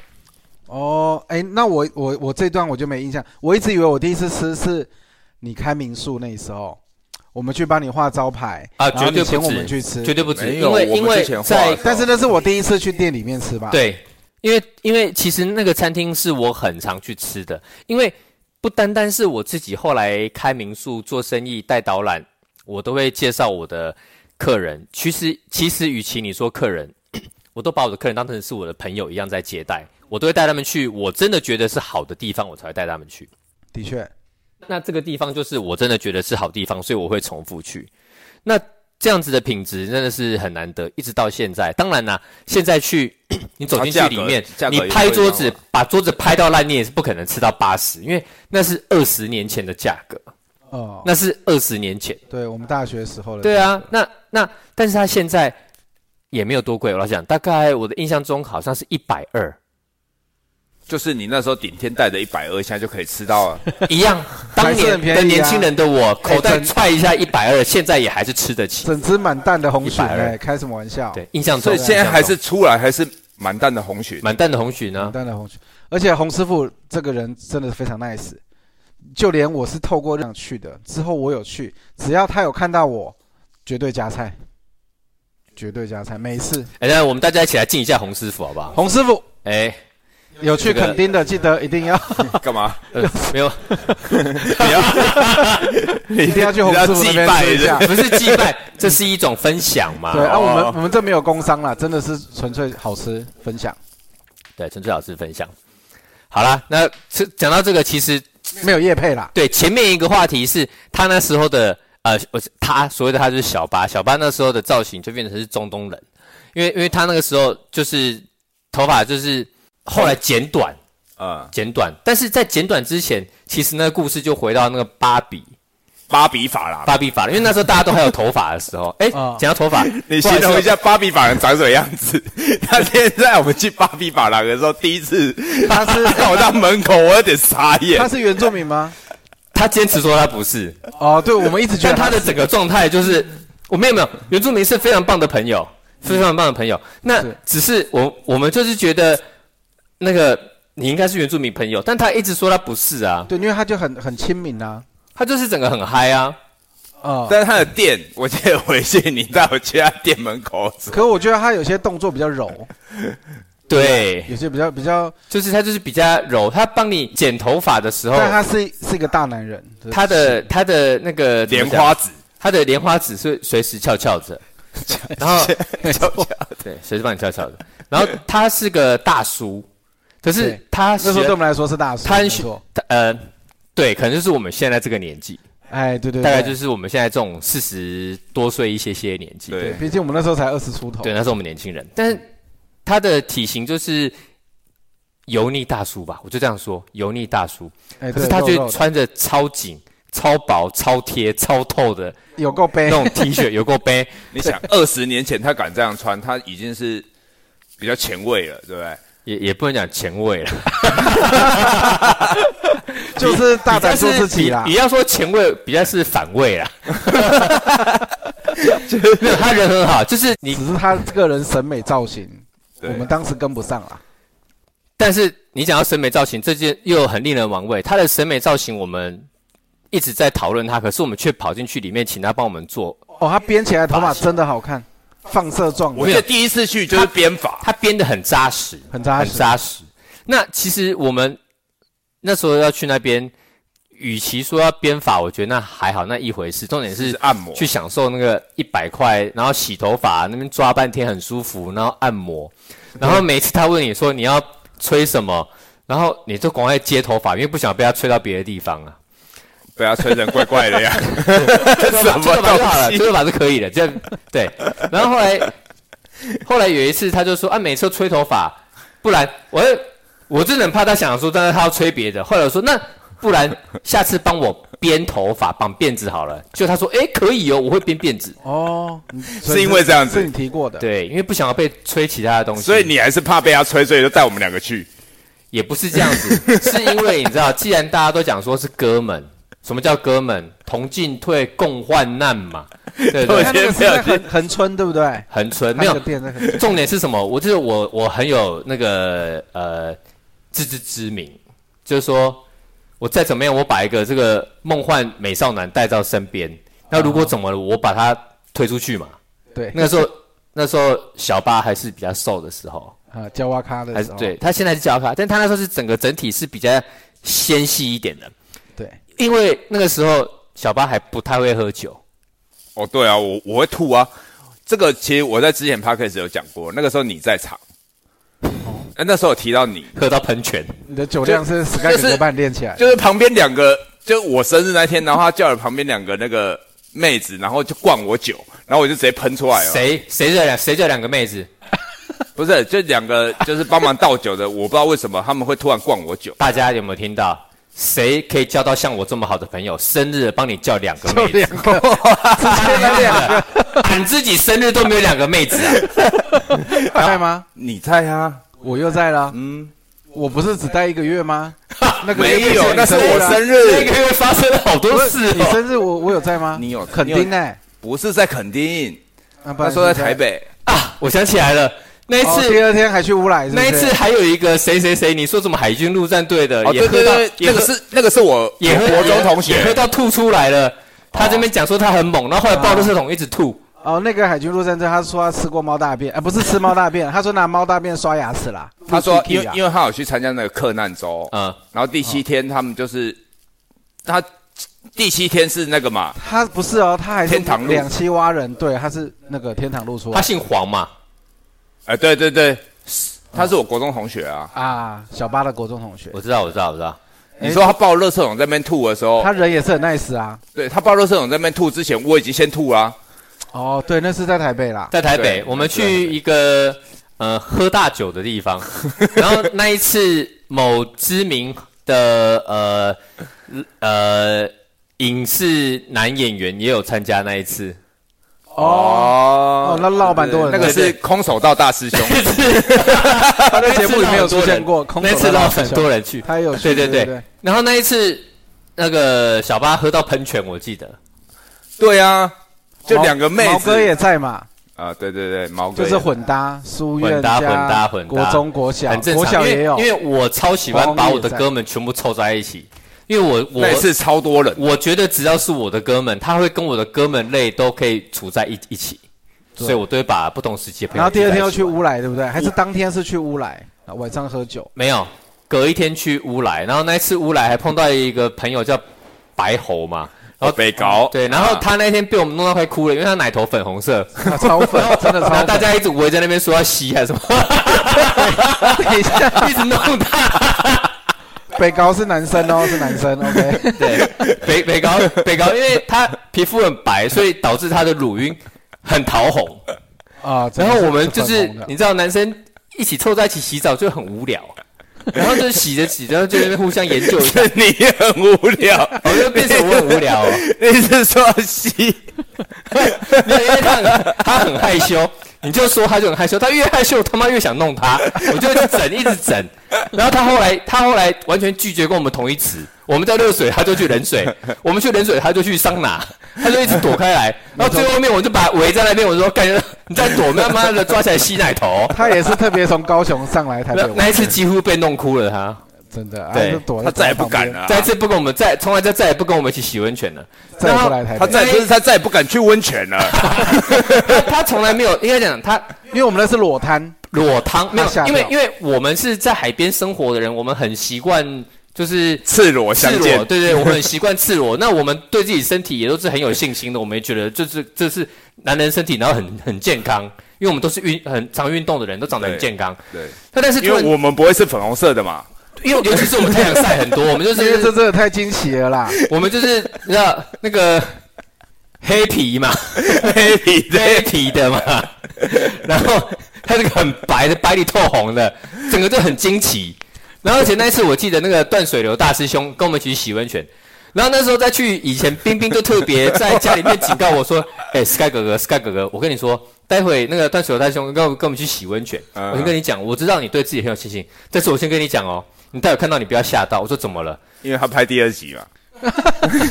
[SPEAKER 1] 哦，哎，那我我我这段我就没印象，我一直以为我第一次吃是你开民宿那时候，我们去帮你画招牌
[SPEAKER 3] 啊
[SPEAKER 1] 然后
[SPEAKER 3] 绝对
[SPEAKER 1] 你请
[SPEAKER 3] 不
[SPEAKER 1] 我
[SPEAKER 3] 止
[SPEAKER 1] 们去吃，
[SPEAKER 3] 绝对不止，
[SPEAKER 2] 没
[SPEAKER 3] 因
[SPEAKER 2] 有
[SPEAKER 3] 为
[SPEAKER 2] 我们
[SPEAKER 3] 因为
[SPEAKER 2] 之前画的
[SPEAKER 3] 在
[SPEAKER 2] 时候
[SPEAKER 1] 但是那是我第一次去店里面吃吧？，
[SPEAKER 3] 对，因为因为其实那个餐厅是我很常去吃的，因为不单单是我自己后来开民宿做生意带导览，我都会介绍我的客人。其实其实，与其你说客人， 我都把我的客人当成是我的朋友一样在接待，我都会带他们去我真的觉得是好的地方，我才会带他们去。
[SPEAKER 1] 的确，
[SPEAKER 3] 那这个地方就是我真的觉得是好地方，所以我会重复去。那这样子的品质真的是很难得，一直到现在。当然啦，现在去你走
[SPEAKER 1] 啊
[SPEAKER 3] 进去
[SPEAKER 2] 它价格
[SPEAKER 3] 里面
[SPEAKER 2] 价，格
[SPEAKER 3] 你
[SPEAKER 2] 也不
[SPEAKER 3] 拍
[SPEAKER 2] 一样
[SPEAKER 3] 桌子
[SPEAKER 2] 了，
[SPEAKER 3] 把桌子拍到烂，你也是不可能吃到八十，因为那是二十年前的价格，
[SPEAKER 1] 哦，
[SPEAKER 3] 那是二十年前。
[SPEAKER 1] 对我们大学时候的，
[SPEAKER 3] 对，啊，那那但是它现在也没有多贵，我老实讲，大概我的印象中好像是一百二，
[SPEAKER 2] 就是你那时候顶天带的一百二，现在就可以吃 到了。
[SPEAKER 3] 一样。当
[SPEAKER 1] 还是
[SPEAKER 3] 年
[SPEAKER 1] 很便宜啊
[SPEAKER 3] 的年轻人的我，口袋
[SPEAKER 1] 真
[SPEAKER 3] 踹一下一百二，现在也还是吃得起。
[SPEAKER 1] 整只满蛋的红鲟，
[SPEAKER 3] 120
[SPEAKER 1] 哎，开什么玩笑？，
[SPEAKER 3] 对，印象
[SPEAKER 2] 所
[SPEAKER 3] 中
[SPEAKER 2] 以现在还是出来还是蛮淡的 红曲，
[SPEAKER 3] 满蛋的红鲟
[SPEAKER 1] 满
[SPEAKER 3] 呢。
[SPEAKER 1] 蛋的红鲟，而且洪师傅这个人真的非常 nice，就连我是透过这样去的，之后我有去，只要他有看到我，绝对加菜，绝对加菜，每次
[SPEAKER 3] 哎，那我们大家一起来敬一下洪师傅好不好？
[SPEAKER 1] 洪师傅。
[SPEAKER 3] 哎，
[SPEAKER 1] 有去
[SPEAKER 3] 这个
[SPEAKER 1] 垦丁的，记得一定要
[SPEAKER 2] 干嘛？
[SPEAKER 3] 呃没有，
[SPEAKER 1] 一定要去洪师傅那边吃一下。
[SPEAKER 3] 不是祭拜，这是一种分享嘛
[SPEAKER 1] 对。 啊，
[SPEAKER 2] 哦
[SPEAKER 1] 我们我们这没有工商啦，真的是纯粹好吃分享，
[SPEAKER 3] 对，陈翠老师分享。好啦，那这讲到这个，其实
[SPEAKER 1] 没有业配啦。
[SPEAKER 3] 对前面一个话题是他那时候的呃，我是他所谓的他就是小巴，小巴那时候的造型就变成是中东人，因为因为他那个时候就是头发就是后来剪短，
[SPEAKER 2] 嗯，
[SPEAKER 3] 剪短，但是在剪短之前，其实那个故事就回到那个芭比。
[SPEAKER 2] 芭比法啦，
[SPEAKER 3] 芭比发了，因为那时候大家都还有头发的 时候，哎、
[SPEAKER 1] 啊
[SPEAKER 3] 讲到头发，
[SPEAKER 2] 你
[SPEAKER 3] 不好
[SPEAKER 2] 形
[SPEAKER 3] 意思
[SPEAKER 2] 容一，下芭比法人长什么样子？他现在我们去芭比法郎的时候，第一次
[SPEAKER 1] 他是
[SPEAKER 2] 看我到门口，我有点傻眼
[SPEAKER 1] 他。是原住民吗？
[SPEAKER 3] 他坚持说他不是，
[SPEAKER 1] 哦，对，我们一直觉得
[SPEAKER 3] 但 他的
[SPEAKER 1] 是
[SPEAKER 3] 整个状态就是，我没有没有，原住民是非常棒的朋友，
[SPEAKER 2] 嗯
[SPEAKER 3] 非常棒的朋友。那
[SPEAKER 1] 是
[SPEAKER 3] 只是我我们就是觉得，那个你应该是原住民朋友，但他一直说他不是啊，
[SPEAKER 1] 对，因为他就很很亲民啊。
[SPEAKER 3] 他就是整个很嗨啊，
[SPEAKER 1] 哦，
[SPEAKER 2] 但是他的店，我记得回去你带我去他店门口吃，
[SPEAKER 1] 可我觉得他有些动作比较柔，
[SPEAKER 3] 对，
[SPEAKER 1] 有些比较比较，
[SPEAKER 3] 就是他就是比较柔，他帮你剪头发的时候，
[SPEAKER 1] 但他是是一个大男人。就是
[SPEAKER 3] 他的他的那个怎么
[SPEAKER 2] 莲
[SPEAKER 3] 讲
[SPEAKER 2] 花籽，
[SPEAKER 3] 它的莲花指是随时翘翘着，然后对，随时帮你翘翘着。然后他是个大叔，可是
[SPEAKER 1] 对
[SPEAKER 3] 他
[SPEAKER 1] 那时候对我们来说是大叔，
[SPEAKER 3] 贪
[SPEAKER 1] 没
[SPEAKER 3] 学
[SPEAKER 1] 错，
[SPEAKER 3] 呃，对，可能就是我们现在这个年纪，
[SPEAKER 1] 哎，对对，
[SPEAKER 3] 大概
[SPEAKER 1] 对
[SPEAKER 3] 就是我们现在这种四十多岁一些些年纪，
[SPEAKER 2] 对
[SPEAKER 1] 毕竟我们那时候才二十出头，
[SPEAKER 3] 对，那是我们年轻人，但是他的体型就是油腻大叔吧，我就这样说，油腻大叔。
[SPEAKER 1] 哎，
[SPEAKER 3] 可
[SPEAKER 1] 对，
[SPEAKER 3] 是他
[SPEAKER 1] 肉肉
[SPEAKER 3] 却
[SPEAKER 1] 的
[SPEAKER 3] 穿着超紧、超薄、超贴、超透的
[SPEAKER 1] 有够
[SPEAKER 3] 那
[SPEAKER 1] 悲，
[SPEAKER 3] 种 T 恤，有够背。
[SPEAKER 2] 你想，二十年前他敢这样穿，他已经是比较前卫了，对不对？
[SPEAKER 3] 也也不能讲前卫了，
[SPEAKER 1] 就是 大胆做自己啦
[SPEAKER 3] 你。要说前卫，比较是反卫 啦。 没有，他人很好，就是你，
[SPEAKER 1] 只是他个人审美造型，我
[SPEAKER 2] 对
[SPEAKER 1] 们当时跟不上啦。
[SPEAKER 3] 但是你讲到审美造型，这件又很令人玩味。他的审美造型，我们一直在讨论他，可是我们却跑进去里面，请他帮我们做。
[SPEAKER 1] 哦，他编起来的头发真的好看，放射状
[SPEAKER 2] 我
[SPEAKER 1] 的，
[SPEAKER 2] 记得第一次去就是编法，
[SPEAKER 3] 他编的很扎实，
[SPEAKER 1] 很扎实
[SPEAKER 3] 很扎实。那其实我们那时候要去那边，与其说要编法，我觉得那还好，那一回事。重点
[SPEAKER 2] 是
[SPEAKER 3] 是
[SPEAKER 2] 按摩
[SPEAKER 3] 去享受那个一百块，然后洗头发，那边抓半天很舒服，然后按摩，
[SPEAKER 2] 嗯
[SPEAKER 3] 然后每次他问你说你要吹什么，然后你就赶快接头发，因为不想被他吹到别的地 方啊。
[SPEAKER 2] 被他吹成怪怪的呀，什
[SPEAKER 3] 吹
[SPEAKER 2] 么
[SPEAKER 3] 头发就好
[SPEAKER 2] 东
[SPEAKER 3] 了，吹
[SPEAKER 2] 西？
[SPEAKER 3] 头发是可以的，这样对。然后后来，后来有一次他就说啊，每次都吹头发，不然我我真的很怕他想说，但是他要吹别的。后来我说那不然下次帮我编头发，绑辫子好了。就他说哎、可以哦，我会编辫子。
[SPEAKER 1] 哦， 你所以
[SPEAKER 2] 是因为这样子
[SPEAKER 1] 是你提过的，
[SPEAKER 3] 对，因为不想要被吹其他的东西，
[SPEAKER 2] 所以你还是怕被他吹，所以就带我们两个去。
[SPEAKER 3] 也不是这样子，是因为你知道，既然大家都讲说是哥们，什么叫哥们？同进退，共患难嘛，对不
[SPEAKER 2] 我
[SPEAKER 1] 你
[SPEAKER 2] 觉？
[SPEAKER 3] 对
[SPEAKER 1] 看那
[SPEAKER 2] 得
[SPEAKER 1] 个是在
[SPEAKER 2] 没有
[SPEAKER 1] 横横村，对不对？
[SPEAKER 3] 很纯，没有
[SPEAKER 1] 那个店在横村，
[SPEAKER 3] 重点是什么？我就是我，我很有那个呃自知之明，就是说我再怎么样，我把一个这个梦幻美少男带到身边，那如果
[SPEAKER 1] 哦
[SPEAKER 3] 怎么了，我把他推出去嘛。
[SPEAKER 1] 对，
[SPEAKER 3] 那时候那时候小巴还是比较瘦的时候，
[SPEAKER 1] 啊，焦哇咖
[SPEAKER 3] 还
[SPEAKER 1] 的
[SPEAKER 3] 是
[SPEAKER 1] 时候，
[SPEAKER 3] 对他现在是小卡，但他那时候是整个整体是比较纤细一点的，
[SPEAKER 1] 对，
[SPEAKER 3] 因为那个时候小巴还不太会喝酒，
[SPEAKER 2] 哦，对啊，我我会吐啊。这个其实我在之前 p o d c a s 有讲过，那个时候你在场，哎那时候有提到你，
[SPEAKER 3] 喝到喷泉，
[SPEAKER 1] 你的酒量是 Sky
[SPEAKER 2] 就是
[SPEAKER 1] 哥哥帮你练起来的，
[SPEAKER 2] 就是旁边两个，就我生日那天，然后他叫了旁边两个那个妹子，然后就灌我酒，然后我就直接喷出来了。
[SPEAKER 3] 谁谁这两谁这两个妹子，
[SPEAKER 2] 不是，就两个就是帮忙倒酒的，我不知道为什么他们会突然灌我酒。
[SPEAKER 3] 大家有没有听到？谁可以交到像我这么好的朋友？生日帮你叫两个
[SPEAKER 1] 就
[SPEAKER 3] 妹子，
[SPEAKER 1] 两个， 直接来两个，
[SPEAKER 3] 俺自己生日都没有两个妹子啊！
[SPEAKER 1] 在吗？
[SPEAKER 2] 你在啊？
[SPEAKER 1] 我又在了，嗯，我不是只待一个月吗？ 那个月
[SPEAKER 2] 没有，那是我生
[SPEAKER 3] 那
[SPEAKER 2] 日，
[SPEAKER 3] 个月发生了好多事
[SPEAKER 1] 你
[SPEAKER 3] 哦。
[SPEAKER 1] 生日我我有在吗？
[SPEAKER 2] 你有
[SPEAKER 1] 肯定呢，
[SPEAKER 2] 不是在垦丁，
[SPEAKER 1] 那不
[SPEAKER 2] 他
[SPEAKER 1] 然
[SPEAKER 2] 说在
[SPEAKER 1] 是
[SPEAKER 2] 台北。
[SPEAKER 3] 啊，我想起来了，那一
[SPEAKER 1] 哦，
[SPEAKER 3] 次、
[SPEAKER 1] 第二天还去乌来，是不
[SPEAKER 3] 那
[SPEAKER 1] 是
[SPEAKER 3] 一次还有一个谁谁谁，你说什么海军陆战队的，
[SPEAKER 2] 哦，
[SPEAKER 3] 也
[SPEAKER 2] 对
[SPEAKER 3] 喝
[SPEAKER 2] 对
[SPEAKER 3] 到
[SPEAKER 2] 对，
[SPEAKER 3] 也
[SPEAKER 2] 那
[SPEAKER 3] 喝
[SPEAKER 2] 个是那个是我
[SPEAKER 3] 也喝
[SPEAKER 2] 我国中同
[SPEAKER 3] 也喝
[SPEAKER 2] 学，哦
[SPEAKER 3] 到吐出来了。他这边讲说他很猛，然后后来抱着垃圾桶一直吐。
[SPEAKER 1] 哦，那个海军陆战队，他说他吃过猫大便，啊，不是吃猫大便， 他说拿猫大便刷牙齿啦。
[SPEAKER 2] 他说
[SPEAKER 1] 不是屁
[SPEAKER 2] 因为
[SPEAKER 1] 啦
[SPEAKER 2] 因为他有去参加那个克难周，
[SPEAKER 3] 啊嗯，
[SPEAKER 2] 然后第七天他们就是他第七天是那个嘛，
[SPEAKER 1] 他不是哦，他还是
[SPEAKER 2] 天堂路
[SPEAKER 1] 两栖蛙人，对，他是那个天堂路出
[SPEAKER 3] 他
[SPEAKER 1] 来
[SPEAKER 3] 姓黄嘛，
[SPEAKER 2] 哎，对对对，他是我国中同学啊。
[SPEAKER 1] 啊，小巴的国中同学，
[SPEAKER 3] 我知道，我知道，我知道。
[SPEAKER 2] 你说他抱热射桶在那边吐的时候，
[SPEAKER 1] 他人也是很 nice 啊。
[SPEAKER 2] 对他抱热射桶在那边吐之前，我已经先吐啊啦、
[SPEAKER 1] 哦，对，那是在台北啦。
[SPEAKER 3] 在台北
[SPEAKER 2] 对，
[SPEAKER 3] 我们
[SPEAKER 2] 对
[SPEAKER 3] 去一个呃喝大酒的 地方，然后那一次某知名的呃呃影视男演员也有参加那一次，
[SPEAKER 1] 哦，
[SPEAKER 2] 哦
[SPEAKER 1] 哦那绕蛮多人的
[SPEAKER 2] 那个是空手道大师兄，
[SPEAKER 1] 他在节目 里面有出现过，空手
[SPEAKER 3] 那次
[SPEAKER 1] 道
[SPEAKER 3] 让
[SPEAKER 1] 大
[SPEAKER 3] 很
[SPEAKER 1] 师兄
[SPEAKER 3] 多人去，
[SPEAKER 1] 他也有去，
[SPEAKER 3] 对对
[SPEAKER 1] 对
[SPEAKER 3] 对。然后那一次那个小巴喝到喷泉，我记得
[SPEAKER 2] 对啊，就
[SPEAKER 1] 毛
[SPEAKER 2] 两个妹子，
[SPEAKER 1] 毛哥也在嘛，
[SPEAKER 2] 啊，对对对，毛哥
[SPEAKER 1] 就
[SPEAKER 2] 也
[SPEAKER 1] 是混搭，书
[SPEAKER 3] 混
[SPEAKER 1] 院
[SPEAKER 3] 搭
[SPEAKER 1] 加
[SPEAKER 3] 混搭混搭
[SPEAKER 1] 国中国小
[SPEAKER 3] 很，正
[SPEAKER 1] 啊国
[SPEAKER 3] 常，
[SPEAKER 1] 小
[SPEAKER 3] 因
[SPEAKER 1] 也
[SPEAKER 3] 为
[SPEAKER 1] 有
[SPEAKER 3] 因，为我超喜欢把我的哥们全部凑在一起，因为我我
[SPEAKER 2] 那一次超多人，
[SPEAKER 3] 我觉得只要是我的哥们，他会跟我的哥们类都可以处在一一起，
[SPEAKER 1] 对
[SPEAKER 3] 所以我都会把不同时期的朋友。
[SPEAKER 1] 然后第二天又去，乌来，对不对？还是当天是去乌来，啊晚上喝 酒。
[SPEAKER 3] 没有，隔一天去乌来，然后那一次乌来还碰到一个朋友叫白猴嘛，然后嗯
[SPEAKER 2] 被搞
[SPEAKER 3] 对，然后他那天被我们弄到快哭了，因为他奶头粉红色，
[SPEAKER 1] 啊超 粉，真的
[SPEAKER 3] 然
[SPEAKER 1] 超
[SPEAKER 3] 后大
[SPEAKER 1] 粉。
[SPEAKER 3] 家一直围在那边说要吸还是什么，
[SPEAKER 1] 等一下，
[SPEAKER 3] 一直弄他。
[SPEAKER 1] 北高是男生哦，是男生。OK，
[SPEAKER 3] 对，北北高北高，因为他皮肤很白，所以导致他的乳晕很桃红。
[SPEAKER 1] 啊，真
[SPEAKER 3] 然
[SPEAKER 1] 的
[SPEAKER 3] 后我们就是
[SPEAKER 1] 粉红的
[SPEAKER 3] 你知道，男生一起凑在一起洗澡就很无聊，然后就洗着洗着就在那边互相研究 一下，
[SPEAKER 2] 是 你很无聊，
[SPEAKER 3] 我就变成我很无聊、哦。
[SPEAKER 2] 你是说西？
[SPEAKER 3] 没有，因为他很他很害羞，你就说他就很害羞，他越害羞，我他妈越想弄他，我就一直整，一直整。然后他后来他后来完全拒绝跟我们同一池，我们在热水，他就去冷水，我们去冷水，他就去桑拿，他就一直躲开来。然后最后面我就把围在那边，我说感觉你在躲，他妈的抓起来吸奶头。
[SPEAKER 1] 他也是特别从高雄上来台北
[SPEAKER 3] 那
[SPEAKER 1] 玩，
[SPEAKER 3] 那一次几乎被弄哭了他，
[SPEAKER 1] 真的，啊
[SPEAKER 3] 对
[SPEAKER 1] 就躲在
[SPEAKER 2] 他再也不敢
[SPEAKER 1] 旁
[SPEAKER 2] 了、
[SPEAKER 3] 再一次不跟我们再从来就再也不跟我们一起洗温泉了。
[SPEAKER 1] 边，再也不来台
[SPEAKER 2] 他
[SPEAKER 1] 北，
[SPEAKER 2] 再不是他再也不敢去温泉了。
[SPEAKER 3] 他他从来没有应该讲他
[SPEAKER 1] 因为我们那是裸摊，
[SPEAKER 3] 裸汤没有
[SPEAKER 1] 他吓，
[SPEAKER 3] 因为
[SPEAKER 1] 到
[SPEAKER 3] 因为我们是在海边生活的人，我们很习惯就是
[SPEAKER 2] 赤裸相
[SPEAKER 3] 赤裸，
[SPEAKER 2] 见，
[SPEAKER 3] 对对，我们很习惯赤裸。那我 们对自己身体也都是很有信心的，我们也觉得就是这是男人身体，然后很很健康，因为我们都是运很常运动的人，都长得很
[SPEAKER 2] 对
[SPEAKER 3] 健康。
[SPEAKER 2] 对，
[SPEAKER 3] 那但是
[SPEAKER 2] 因
[SPEAKER 3] 突
[SPEAKER 2] 为
[SPEAKER 3] 然，
[SPEAKER 2] 我们不会是粉红色的嘛，
[SPEAKER 3] 因为尤其是我们太阳晒很多，我们就
[SPEAKER 1] 因为这
[SPEAKER 3] 是
[SPEAKER 1] 真的太惊喜了啦！
[SPEAKER 3] 我们就是你知道那个黑皮嘛，
[SPEAKER 2] 黑皮的
[SPEAKER 3] 黑皮的嘛，然后他这个很白的，白里透红的，整个就很惊奇。然后而且那一次我记得那个断水流大师兄跟我们一起去洗温泉，然后那时候再去以前，冰冰就特别在家里面警告我说：“哎、s k y 哥哥，Sky 哥哥，我跟你说，待会那个断水流大师兄跟我跟我们去洗温泉，
[SPEAKER 2] 嗯
[SPEAKER 3] 我先跟你讲，我知道你对自己很有信心，但是我先跟你讲哦，你待会看到你不要吓到。”我说：“怎么了？”
[SPEAKER 2] 因为他拍第二集嘛，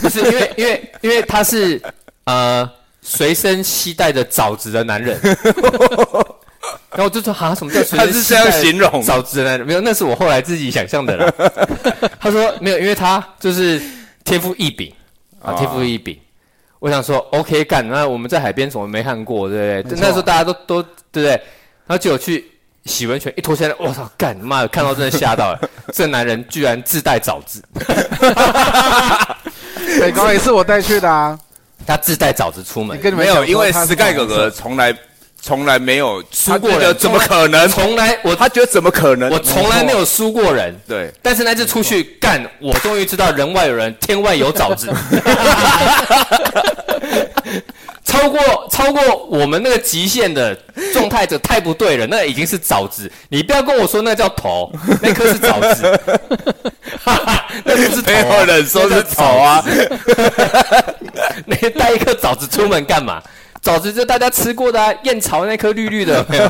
[SPEAKER 3] 不是因为因为因为他是呃随身携带着枣子的男人，然后我就说哈，什么叫随身携带
[SPEAKER 2] 他是这样形容
[SPEAKER 3] 枣子的男人？没有，那是我后来自己想象的啦。他说没有，因为他就是天赋异禀啊，
[SPEAKER 2] 哦
[SPEAKER 3] 天赋异禀。我想说 OK 干，那我们在海边什么没看过，对不
[SPEAKER 1] 没错
[SPEAKER 3] 对？那时候大家都都对不对？然后结果去洗温泉，一脱下来，我操，干妈的，看到真的吓到了，这男人居然自带枣子。
[SPEAKER 1] 北高也是我带去的啊，
[SPEAKER 3] 他自带枣子出门
[SPEAKER 1] 你，跟你们
[SPEAKER 2] 没有，
[SPEAKER 1] 讲说
[SPEAKER 2] 因为
[SPEAKER 1] 他是
[SPEAKER 2] Sky 哥
[SPEAKER 1] 粉红
[SPEAKER 2] 哥
[SPEAKER 1] 色
[SPEAKER 2] 从来从来没有
[SPEAKER 3] 输
[SPEAKER 2] 他
[SPEAKER 3] 过
[SPEAKER 2] 觉得
[SPEAKER 3] 人，
[SPEAKER 2] 怎么可能？
[SPEAKER 3] 从来我
[SPEAKER 2] 他觉得怎么可能？嗯
[SPEAKER 3] 我从来没有输过人，
[SPEAKER 2] 对，
[SPEAKER 3] 但是那次出去干，我终于知道人外有人，天外有枣子。 超过超过我们那个极限的状态，这太不对了，那已经是枣子。你不要跟我说那叫头，那颗是枣子， 那不是头、
[SPEAKER 2] 没
[SPEAKER 3] 啊
[SPEAKER 2] 有
[SPEAKER 3] 哦
[SPEAKER 2] 人说是丑啊，
[SPEAKER 3] 那带一颗枣子出门干嘛？枣子就大家吃过的啊，燕巢那颗绿绿的，有没有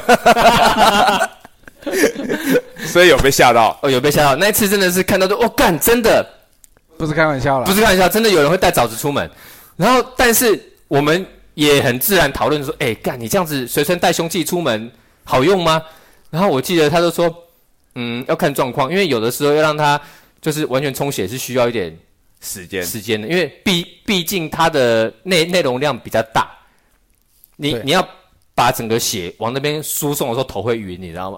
[SPEAKER 2] 所以有被吓到。
[SPEAKER 3] 哦，有被吓到。那一次真的是看到就，哦，干，真的
[SPEAKER 1] 不是开玩笑啦，
[SPEAKER 3] 不是开玩笑，真的有人会带枣子出门。然后，但是我们也很自然讨论说，哎，干，你这样子随身带凶器出门好用吗？然后我记得他就说，嗯，要看状况，因为有的时候要让他就是完全充血是需要一点
[SPEAKER 2] 时间
[SPEAKER 3] 时间的，因为毕毕竟它的内内容量比较大，你
[SPEAKER 1] 对
[SPEAKER 3] 你要把整个血往那边输送的时候头会晕，你知道 吗？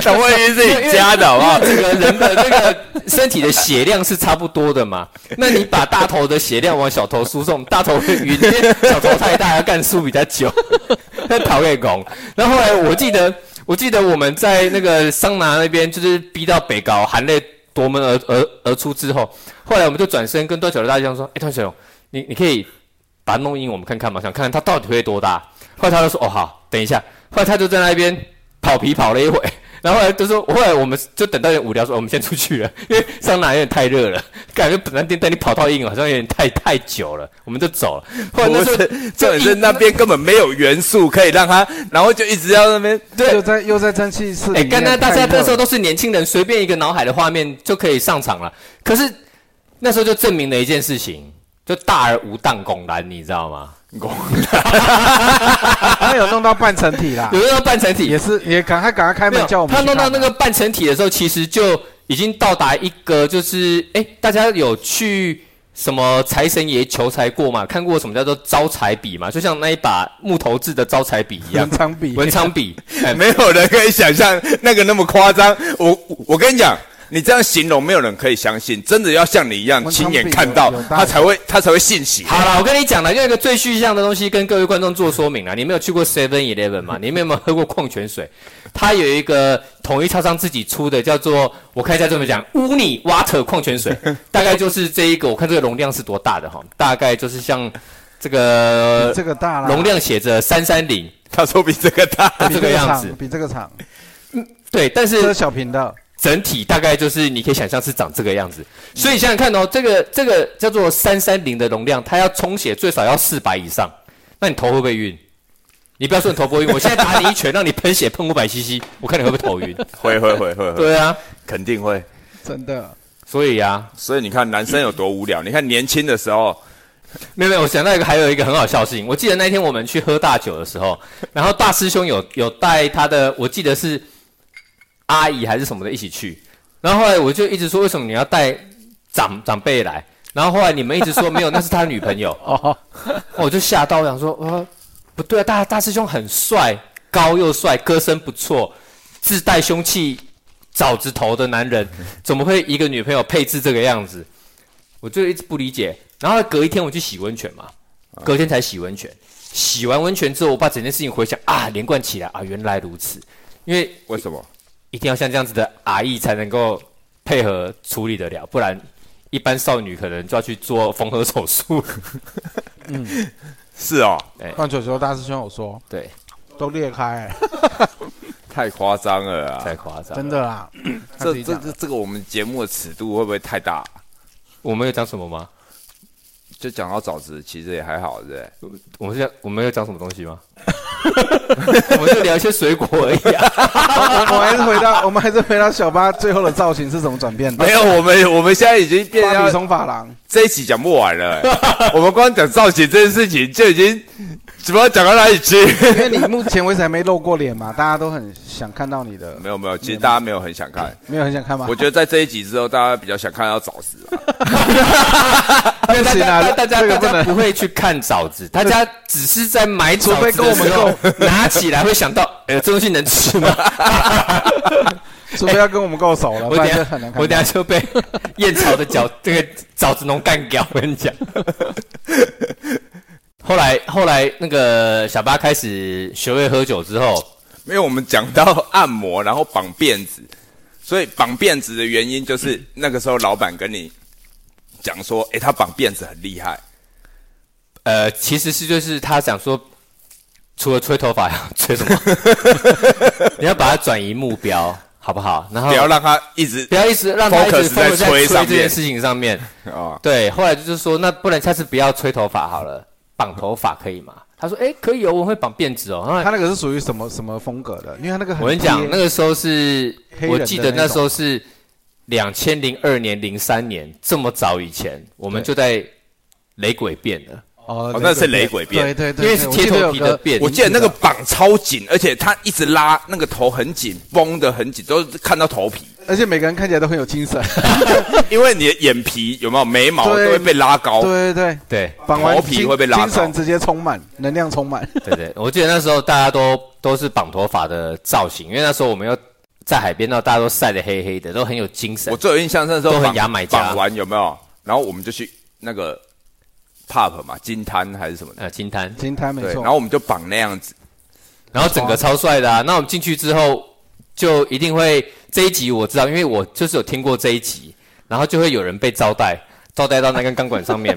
[SPEAKER 2] 怎么会是
[SPEAKER 3] 因为
[SPEAKER 2] 你家的好不好？
[SPEAKER 3] 因为整个人的那个身体的血量是差不多的嘛。那你把大头的血量往小头输送，大头会晕，因为小头太大要干输比较久， 那讨厌拱。然后后来我记得，我记得我们在那个桑拿那边，就是逼到北高，含泪夺门而而而出之后，后来我们就转身跟段小龙大将说：“哎，段小龙，你你可以把它弄硬，我们看看嘛，想看看它到底会多大。”后来他就说：“哦，好，等一下。”后来他就在那边跑皮跑了一会， 然后后来就说，后来我们就等到有点无聊，说哦我们先出去了， 因为桑拿有点太热了，感觉本来店带你跑到硬，好像有点太太久了，我们就走了。后来那
[SPEAKER 2] 不
[SPEAKER 3] 时候
[SPEAKER 2] 是，重点
[SPEAKER 3] 就是
[SPEAKER 2] 那边根本没有元素可以让他，然后就一直要那边
[SPEAKER 1] 又在又在蒸汽室里
[SPEAKER 3] 哎，
[SPEAKER 1] 面太
[SPEAKER 3] 刚
[SPEAKER 1] 热了。
[SPEAKER 3] 刚大家那时候都是年轻人，随便一个脑海的画面就可以上场了。可是那时候就证明了一件事情，就大而无当拱然，你知道吗？
[SPEAKER 1] 他有弄到半成体啦
[SPEAKER 3] 有，人要半成体
[SPEAKER 1] 也，是也赶快赶快开
[SPEAKER 3] 没有
[SPEAKER 1] 门叫我们
[SPEAKER 3] 他
[SPEAKER 1] 去看
[SPEAKER 3] 弄
[SPEAKER 1] 啊。
[SPEAKER 3] 到那个半成体的时候，其实就已经到达一个就是，哎、大家有去什么财神爷求财过吗？看过什么叫做招财笔吗？就像那一把木头制的招财笔一样
[SPEAKER 1] 文，昌笔，
[SPEAKER 3] 文昌笔。哎
[SPEAKER 2] 没有人可以想象那个那么夸张。我我跟你讲，你这样形容，没有人可以相信。真的要像你一样
[SPEAKER 1] 文昌
[SPEAKER 2] 亲眼
[SPEAKER 1] 病
[SPEAKER 2] 看
[SPEAKER 1] 有
[SPEAKER 2] 到
[SPEAKER 1] 有，道
[SPEAKER 2] 他才会他才会信邪。
[SPEAKER 3] 好了，我跟你讲了，用一个最具象的东西跟各位观众做说明了。你没有去过 Seven Eleven 嘛？你们有没有喝过矿泉水？它有一个统一超商自己出的，叫做我看一下怎么讲，乌尼 Water 矿泉水，大概就是这一个。我看这个容量是多大的哈？大概就是像这个
[SPEAKER 1] 这个大啦，
[SPEAKER 3] 容量写着三三零
[SPEAKER 2] 他说比这个大，
[SPEAKER 1] 比
[SPEAKER 3] 这个样
[SPEAKER 1] 长
[SPEAKER 3] 子。
[SPEAKER 1] 比这个长，
[SPEAKER 3] 对，但
[SPEAKER 1] 这
[SPEAKER 3] 是
[SPEAKER 1] 是小瓶的，
[SPEAKER 3] 整体大概就是你可以想象是长这个样子。所以你想想看哦，这个这个叫做三三零的容量，它要充血最少要四百以上，那你头会不会晕？你不要说你头不会晕，我现在打你一拳，让你喷血喷五百 CC，我看你会不会头晕？
[SPEAKER 2] 会会会会会，
[SPEAKER 3] 对啊，
[SPEAKER 2] 肯定会。
[SPEAKER 1] 真的。
[SPEAKER 3] 所以啊，
[SPEAKER 2] 所以你看男生有多无聊，你看年轻的时候，
[SPEAKER 3] 没有没有，我想到一个还有一个很好笑的事情，我记得那天我们去喝大酒的时候，然后大师兄有有带他的，我记得是阿姨还是什么的一起去，然后后来我就一直说为什么你要带长长辈来，然后后来你们一直说没有，那是他的女朋友，
[SPEAKER 1] 哦，
[SPEAKER 3] 哦 我就吓到，我想说，呃，不对啊，大大师兄很帅，高又帅，歌声不错，自带凶器枣子头的男人，怎么会一个女朋友配置这个样子？我就一直不理解。然后隔一天我去洗温泉嘛，
[SPEAKER 1] 啊
[SPEAKER 3] 隔天才洗温泉。洗完温泉之后，我把整件事情回想啊，连贯起来啊，原来如此。因为
[SPEAKER 2] 为什么？
[SPEAKER 3] 一定要像这样子的阿姨才能够配合处理得了，不然一般少女可能就要去做缝合手 术。
[SPEAKER 2] 是哦，
[SPEAKER 1] 换球球大师兄有说，
[SPEAKER 3] 对，
[SPEAKER 1] 都裂开、
[SPEAKER 2] 太夸张了啊！
[SPEAKER 3] 太夸张了。
[SPEAKER 1] 真的啦。他自
[SPEAKER 2] 这
[SPEAKER 1] 己
[SPEAKER 2] 这
[SPEAKER 1] 讲的
[SPEAKER 2] 这这个我们节目的尺度会不会太大？
[SPEAKER 3] 我们有讲什么吗？
[SPEAKER 2] 就讲到枣子，其实也还好，对不对？
[SPEAKER 3] 我们是讲我们有讲什么东 西吗？ 我们就聊一些水果而已啊。
[SPEAKER 1] 我们还是回到，我 们还是回到小巴最后的造型是怎么转变的？
[SPEAKER 2] 没有， 我们我们现在已经变
[SPEAKER 3] 啊
[SPEAKER 1] 巴比
[SPEAKER 2] 成
[SPEAKER 1] 松发廊，
[SPEAKER 2] 这一集讲不完 了、欸我们光讲造型这件事情就已经怎么讲到哪里去？
[SPEAKER 1] 因为你目前为止还没露过脸嘛，大家都很想看到你的
[SPEAKER 2] 没，有没有，其实大家没有很想看。
[SPEAKER 1] 没有很想看吗
[SPEAKER 2] 我？觉得在这一集之后，大家比较想看到枣子啊。
[SPEAKER 3] 大
[SPEAKER 1] 不
[SPEAKER 3] 家
[SPEAKER 1] 行啊
[SPEAKER 3] 大家
[SPEAKER 1] 这个
[SPEAKER 3] 大
[SPEAKER 1] 不
[SPEAKER 3] 家
[SPEAKER 1] 能
[SPEAKER 3] 不会去看枣 子，大家只是在买枣
[SPEAKER 1] 除非
[SPEAKER 3] 子
[SPEAKER 1] 跟我
[SPEAKER 3] 的
[SPEAKER 1] 们
[SPEAKER 3] 时候拿起来会想到，呃，这东西能吃 吗？
[SPEAKER 1] 除非要跟我们够熟了，不
[SPEAKER 3] 我等
[SPEAKER 1] 然就
[SPEAKER 3] 下
[SPEAKER 1] 很难看
[SPEAKER 3] 我等
[SPEAKER 1] 到。
[SPEAKER 3] 下 就被燕巢的脚这个枣子农干掉，我跟你讲。后来后来那个小巴开始学会喝酒之后，
[SPEAKER 2] 因为我们讲到按摩，然后绑辫子，所以绑辫子的原因就是那个时候老板跟你讲说，诶，他绑辫子很厉害，
[SPEAKER 3] 呃，其实是就是他想说，除了吹头发，要吹什 么？你要把它转移目标，好不好？然后
[SPEAKER 2] 不要让他一直
[SPEAKER 3] 不要一直让他一直
[SPEAKER 2] focus 在
[SPEAKER 3] focus 在
[SPEAKER 2] 吹
[SPEAKER 3] 吹
[SPEAKER 2] 上
[SPEAKER 3] 这件
[SPEAKER 2] 面
[SPEAKER 3] 事情上面。
[SPEAKER 2] 啊、
[SPEAKER 3] 对，后来就是说，那不然下次不要吹头发好了，绑头发可以吗？他说，哎、可以哦，我会绑辫子哦。然
[SPEAKER 1] 他
[SPEAKER 3] 后
[SPEAKER 1] 那个是属于什么什么风格的？因为他那个很
[SPEAKER 3] 我跟你
[SPEAKER 1] 贴
[SPEAKER 3] 讲，那个时候是
[SPEAKER 1] 黑，人
[SPEAKER 3] 我
[SPEAKER 1] 的
[SPEAKER 3] 记得
[SPEAKER 1] 那
[SPEAKER 3] 那时候是两千零二年、零三年，这么早以前，我们就在雷鬼变了。
[SPEAKER 1] 哦
[SPEAKER 2] 哦那是雷鬼
[SPEAKER 1] 对
[SPEAKER 2] 辫
[SPEAKER 1] 对
[SPEAKER 3] 因
[SPEAKER 1] 对，
[SPEAKER 3] 为是贴头皮的辫，
[SPEAKER 2] 我记得那个绑超紧，而且他一直拉那个头很紧，绷得很紧，都是看到头 皮，
[SPEAKER 1] 而且每个人看起来都很有精神。
[SPEAKER 2] 因为你的眼皮有没有眉毛都
[SPEAKER 1] 对
[SPEAKER 2] 会被拉高，
[SPEAKER 1] 对对对，
[SPEAKER 3] 对，
[SPEAKER 1] 绑完
[SPEAKER 2] 头皮
[SPEAKER 1] 精
[SPEAKER 2] 会被拉
[SPEAKER 1] 精神
[SPEAKER 2] 高
[SPEAKER 1] 直接充满，能量充满。
[SPEAKER 3] 对对，我记得那时候大家都都是绑头发的造型，因为那时候我们又在海边，那大家都晒得黑黑的，都很有精神
[SPEAKER 2] 我。最有印象是那时候
[SPEAKER 3] 都很
[SPEAKER 2] 绑
[SPEAKER 3] 牙买加
[SPEAKER 2] 绑完有没有？然后我们就去那个 pub 嘛，金滩还是什么的，
[SPEAKER 3] 呃，金滩，
[SPEAKER 1] 金滩没
[SPEAKER 2] 对，
[SPEAKER 1] 错
[SPEAKER 2] 然，后我们就绑那样子。
[SPEAKER 3] 然后整个超帅的啊！那我们进去之后，就一定会这一集我知道，因为我就是有听过这一集，然后就会有人被招待，招待到那根钢管 上面，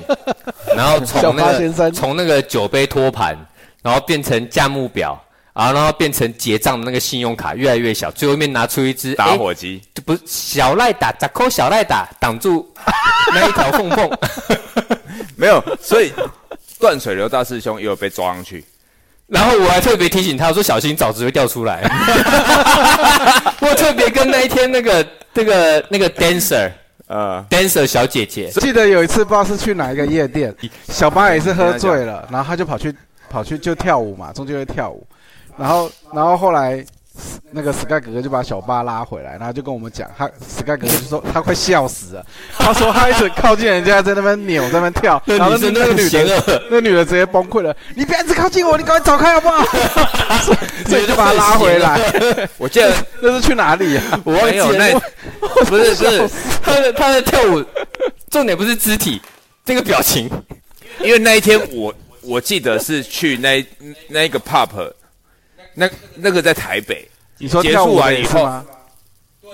[SPEAKER 3] 然后
[SPEAKER 1] 小
[SPEAKER 3] 从
[SPEAKER 1] 巴
[SPEAKER 3] 那
[SPEAKER 1] 先生
[SPEAKER 3] 个从那个酒杯托盘，然后变成价目表，啊，然后变成结账的那个信用卡越来越小，最后面拿出一支
[SPEAKER 2] 打
[SPEAKER 3] 诶
[SPEAKER 2] 火机，
[SPEAKER 3] 就不是小赖打，咋扣小赖打挡住那一条缝缝。
[SPEAKER 2] 没有，所以断水流大师兄也有被抓上去。
[SPEAKER 3] 然后我还特别提醒他，我说小心枣子会掉 出来。我特别跟那一天那个那个那个 dancer
[SPEAKER 2] 呃，
[SPEAKER 3] dancer 小姐姐，
[SPEAKER 1] 记得有一次不知道是去哪一个夜店，小巴也是喝醉了，然后他就跑去跑去就跳舞嘛，中间会跳舞，然后然后后来那个 Sky 哥哥就把小巴拉回来，然后就跟我们讲，他 Sky 哥哥就说他快笑死了，他说他一直靠近人家在那边扭，在那边跳，然后
[SPEAKER 3] 那女生
[SPEAKER 1] 那个
[SPEAKER 3] 真
[SPEAKER 1] 女
[SPEAKER 3] 的很邪
[SPEAKER 1] 的
[SPEAKER 3] 恶
[SPEAKER 1] 那女的直接崩溃了，你不要一直靠近我，你赶快走开好不好？所以所以就把他拉回 来，
[SPEAKER 2] 我 记得
[SPEAKER 1] 那是去哪里啊？
[SPEAKER 3] 我忘
[SPEAKER 2] 没
[SPEAKER 3] 记
[SPEAKER 2] 有那
[SPEAKER 3] 了，不是 不是，他的他的跳舞重点不是肢体，这个表情，
[SPEAKER 2] 因为那一天我我记得是去那那一个 pub，那那个在台北。
[SPEAKER 1] 你说
[SPEAKER 2] 结
[SPEAKER 1] 跳
[SPEAKER 2] 束
[SPEAKER 1] 舞
[SPEAKER 2] 完
[SPEAKER 1] 的
[SPEAKER 2] 以
[SPEAKER 1] 也是
[SPEAKER 2] 后
[SPEAKER 1] 吗？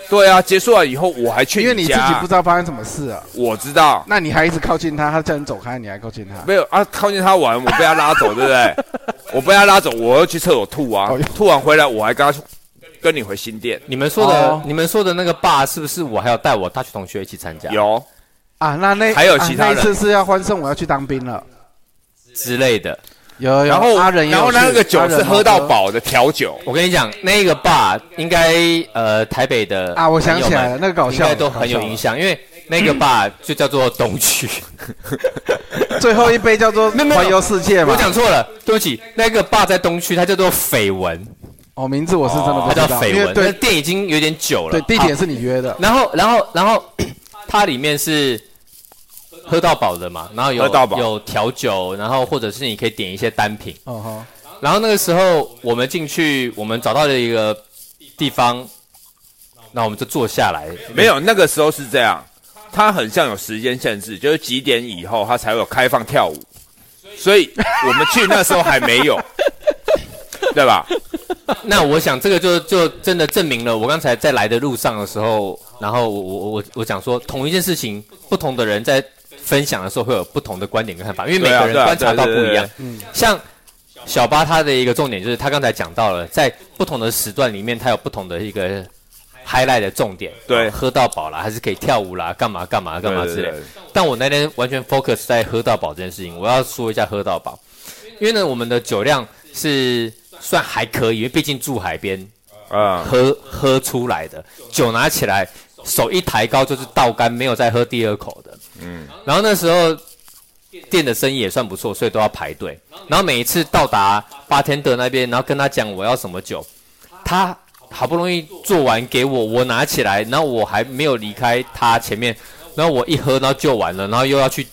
[SPEAKER 2] 对啊，结束了以后我还去
[SPEAKER 1] 因为你自
[SPEAKER 2] 家
[SPEAKER 1] 己不知道发生什么事啊，
[SPEAKER 2] 我知道
[SPEAKER 1] 那你还一直靠近他，他叫你走开，你还靠近他，
[SPEAKER 2] 没有啊，靠近他玩，我被他拉走，对不 对？我被他拉走，我又去厕所吐啊
[SPEAKER 1] 哎呦，
[SPEAKER 2] 吐完回来我还跟他跟你回新店，
[SPEAKER 3] 你们说的
[SPEAKER 1] 哦
[SPEAKER 3] 你们说的那个爸是不是我还要带我大学同学一起参加
[SPEAKER 2] 有
[SPEAKER 1] 啊，那那
[SPEAKER 2] 还有其他
[SPEAKER 1] 啊
[SPEAKER 2] 人
[SPEAKER 1] 那一次是要欢送我要去当兵了，
[SPEAKER 3] 之类的？
[SPEAKER 1] 有有，
[SPEAKER 2] 然后
[SPEAKER 1] 阿仁也有
[SPEAKER 2] 然后
[SPEAKER 1] 去
[SPEAKER 2] 那个酒
[SPEAKER 1] 阿仁
[SPEAKER 2] 是
[SPEAKER 1] 有
[SPEAKER 2] 喝到
[SPEAKER 1] 喝
[SPEAKER 2] 饱的调酒，
[SPEAKER 3] 我跟你讲，那个爸应该呃台北的
[SPEAKER 1] 啊我想起来了
[SPEAKER 3] 朋友们
[SPEAKER 1] 那个搞笑
[SPEAKER 3] 应该都很有影响，因为那个爸就叫做 东区，
[SPEAKER 1] 最后一杯叫做
[SPEAKER 3] 没有没有
[SPEAKER 1] 环游世界嘛
[SPEAKER 3] 我。讲错了，对不起，那个爸在东区，他叫做绯闻，
[SPEAKER 1] 哦，名字我是真的不
[SPEAKER 3] 他
[SPEAKER 1] 知
[SPEAKER 3] 叫
[SPEAKER 1] 道，因
[SPEAKER 3] 绯
[SPEAKER 1] 为
[SPEAKER 3] 闻，那
[SPEAKER 1] 对
[SPEAKER 3] 店已经有点久了，
[SPEAKER 1] 对，地
[SPEAKER 3] 好
[SPEAKER 1] 点是你约的，
[SPEAKER 3] 然后，然后，然后， 它里面是喝到饱的嘛，然后有
[SPEAKER 2] 喝到饱
[SPEAKER 3] 有调酒，然后或者是你可以点一些单品。
[SPEAKER 1] 哦吼，
[SPEAKER 3] 然后那个时候我们进去，我们找到了一个地方，那我们就坐下来。
[SPEAKER 2] 没有那个时候是这样，它很像有时间限制，就是几点以后它才有开放跳舞，所以我们去那时候还没有，对吧？
[SPEAKER 3] 那我想这个就就真的证明了我刚才在来的路上的时候，然后我我我我讲说，同一件事情，不同的人在分享的时候会有不同的观点跟看法，因为每
[SPEAKER 2] 对啊
[SPEAKER 3] 个人
[SPEAKER 2] 对啊
[SPEAKER 3] 观察到不
[SPEAKER 2] 对对对
[SPEAKER 3] 一样
[SPEAKER 1] 对嗯。
[SPEAKER 3] 像小巴他的一个重点就是他刚才讲到了，在不同的时段里面，他有不同的一个 highlight 的重点，
[SPEAKER 2] 对
[SPEAKER 3] 喝到饱啦，还是可以跳舞啦，干嘛干嘛干嘛
[SPEAKER 2] 对
[SPEAKER 3] 之
[SPEAKER 2] 对
[SPEAKER 3] 类
[SPEAKER 2] 对。
[SPEAKER 3] 但我那天完全 focus 在喝到饱这件事情，我要说一下喝到饱，因为呢，我们的酒量是算还可以，因为毕竟住海边，
[SPEAKER 2] 嗯，
[SPEAKER 3] 喝喝出来的酒拿起来，手一抬高就是倒干，没有再喝第二口的。嗯，然后那时候店的生意也算不错，所以都要排队。然后每一次到达八天的那边，然后跟他讲我要什么酒，他好不容易做完给我，我拿起来，然后我还没有离开他前面，然后我一喝，然后就完了，然后又要去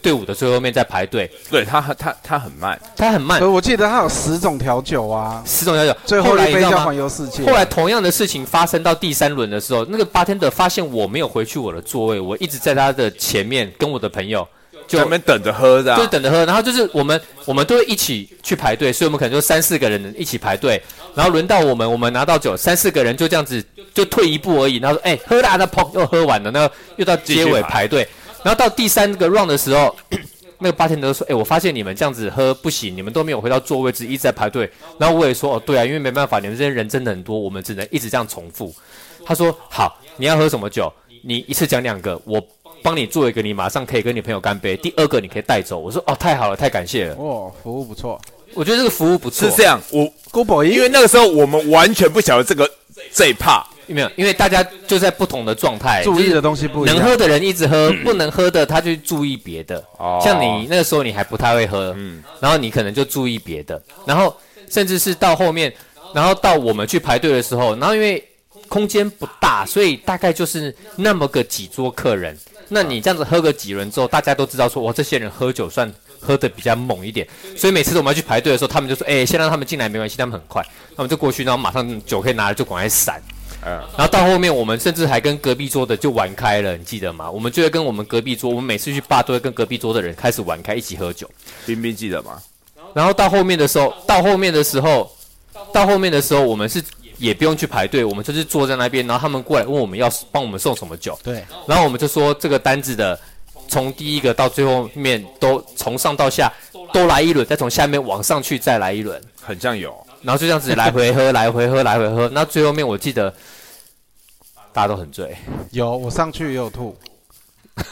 [SPEAKER 3] 队伍的最后面再排队，
[SPEAKER 2] 对他他他很慢，
[SPEAKER 3] 他很慢
[SPEAKER 1] 所以，我记得他有十种调酒啊，
[SPEAKER 3] 十种小酒，
[SPEAKER 1] 最后
[SPEAKER 3] 后来
[SPEAKER 1] 一
[SPEAKER 3] 你
[SPEAKER 1] 杯
[SPEAKER 3] 知道
[SPEAKER 1] 叫
[SPEAKER 3] 吗
[SPEAKER 1] 环？游世界。
[SPEAKER 3] 后来同样的事情发生到第三轮的时候，那个 bartender 发现我没有回去我的座位，我一直在他的前面跟我的朋友就
[SPEAKER 2] 在那边等着喝的、
[SPEAKER 3] 就
[SPEAKER 2] 啊，
[SPEAKER 3] 是等着喝，然后就是我们我们都会一起去排队，所以我们可能就三四个人一起排队，然后轮到我们，我们拿到酒，三四个人就这样子就退一步而已，然后说哎、喝啦，那砰又喝完了，那又到
[SPEAKER 2] 继
[SPEAKER 3] 结
[SPEAKER 2] 续
[SPEAKER 3] 尾
[SPEAKER 2] 排
[SPEAKER 3] 排队，然后到第三个 round 的时候。那个八天德说：“哎、我发现你们这样子喝不行，你们都没有回到座位，只一直在排队。”然后我也说：“哦，对啊，因为没办法，你们这些人真的很多，我们只能一直这样重复。”他说：“好，你要喝什么酒？你一次讲两个，我帮你做一个，你马上可以跟你朋友干杯。第二个你可以带走。”我说：“哦，太好了，太感谢了。
[SPEAKER 1] 哦，服务不错。
[SPEAKER 3] 我觉得这个服务不错，
[SPEAKER 2] 是这样。我
[SPEAKER 1] Good boy，
[SPEAKER 2] 因为那个时候我们完全不晓得这个这一趴，
[SPEAKER 3] 有没有？因为大家就在不同的状态，
[SPEAKER 1] 注意
[SPEAKER 3] 就是
[SPEAKER 1] 的东西不一样。
[SPEAKER 3] 能喝的人一 直喝，不能喝的他就注意别的。
[SPEAKER 2] 哦
[SPEAKER 3] 像你那个时候你还不太会喝，
[SPEAKER 1] 嗯
[SPEAKER 3] 然后你可能就注意别的，然后甚至是到后面，然后到我们去排队的时候，然后因为空间不大，所以大概就是那么个几桌客人。
[SPEAKER 1] 嗯
[SPEAKER 3] 那你这样子喝个几轮之后，大家都知道说，哇，这些人喝酒算喝的比较猛一点，所以每次我们要去排队的时候，他们就说，哎、先让他们进来没关系，他们很快，那我们就过去，然后马上酒可以拿了就赶快散。然后到后面，我们甚至还跟隔壁桌的就玩开了，你记得吗？我们就会跟我们隔壁桌，我们每次去吧都会跟隔壁桌的人开始玩开，一起喝酒。
[SPEAKER 2] 冰冰记得吗？
[SPEAKER 3] 然后到后面的时候，到后面的时候，到后面的时候，我们是也不用去排队，我们就是坐在那边，然后他们过来问我们要帮我们送什么酒，
[SPEAKER 1] 对，
[SPEAKER 3] 然后我们就说这个单子的从第一个到最后面都从上到下都来一轮，再从下面往上去再来一轮。
[SPEAKER 2] 很像有，
[SPEAKER 3] 然后就这样子来回喝，来回喝，来回喝。那最后面我记得大家都很醉，
[SPEAKER 1] 有我上去也有吐，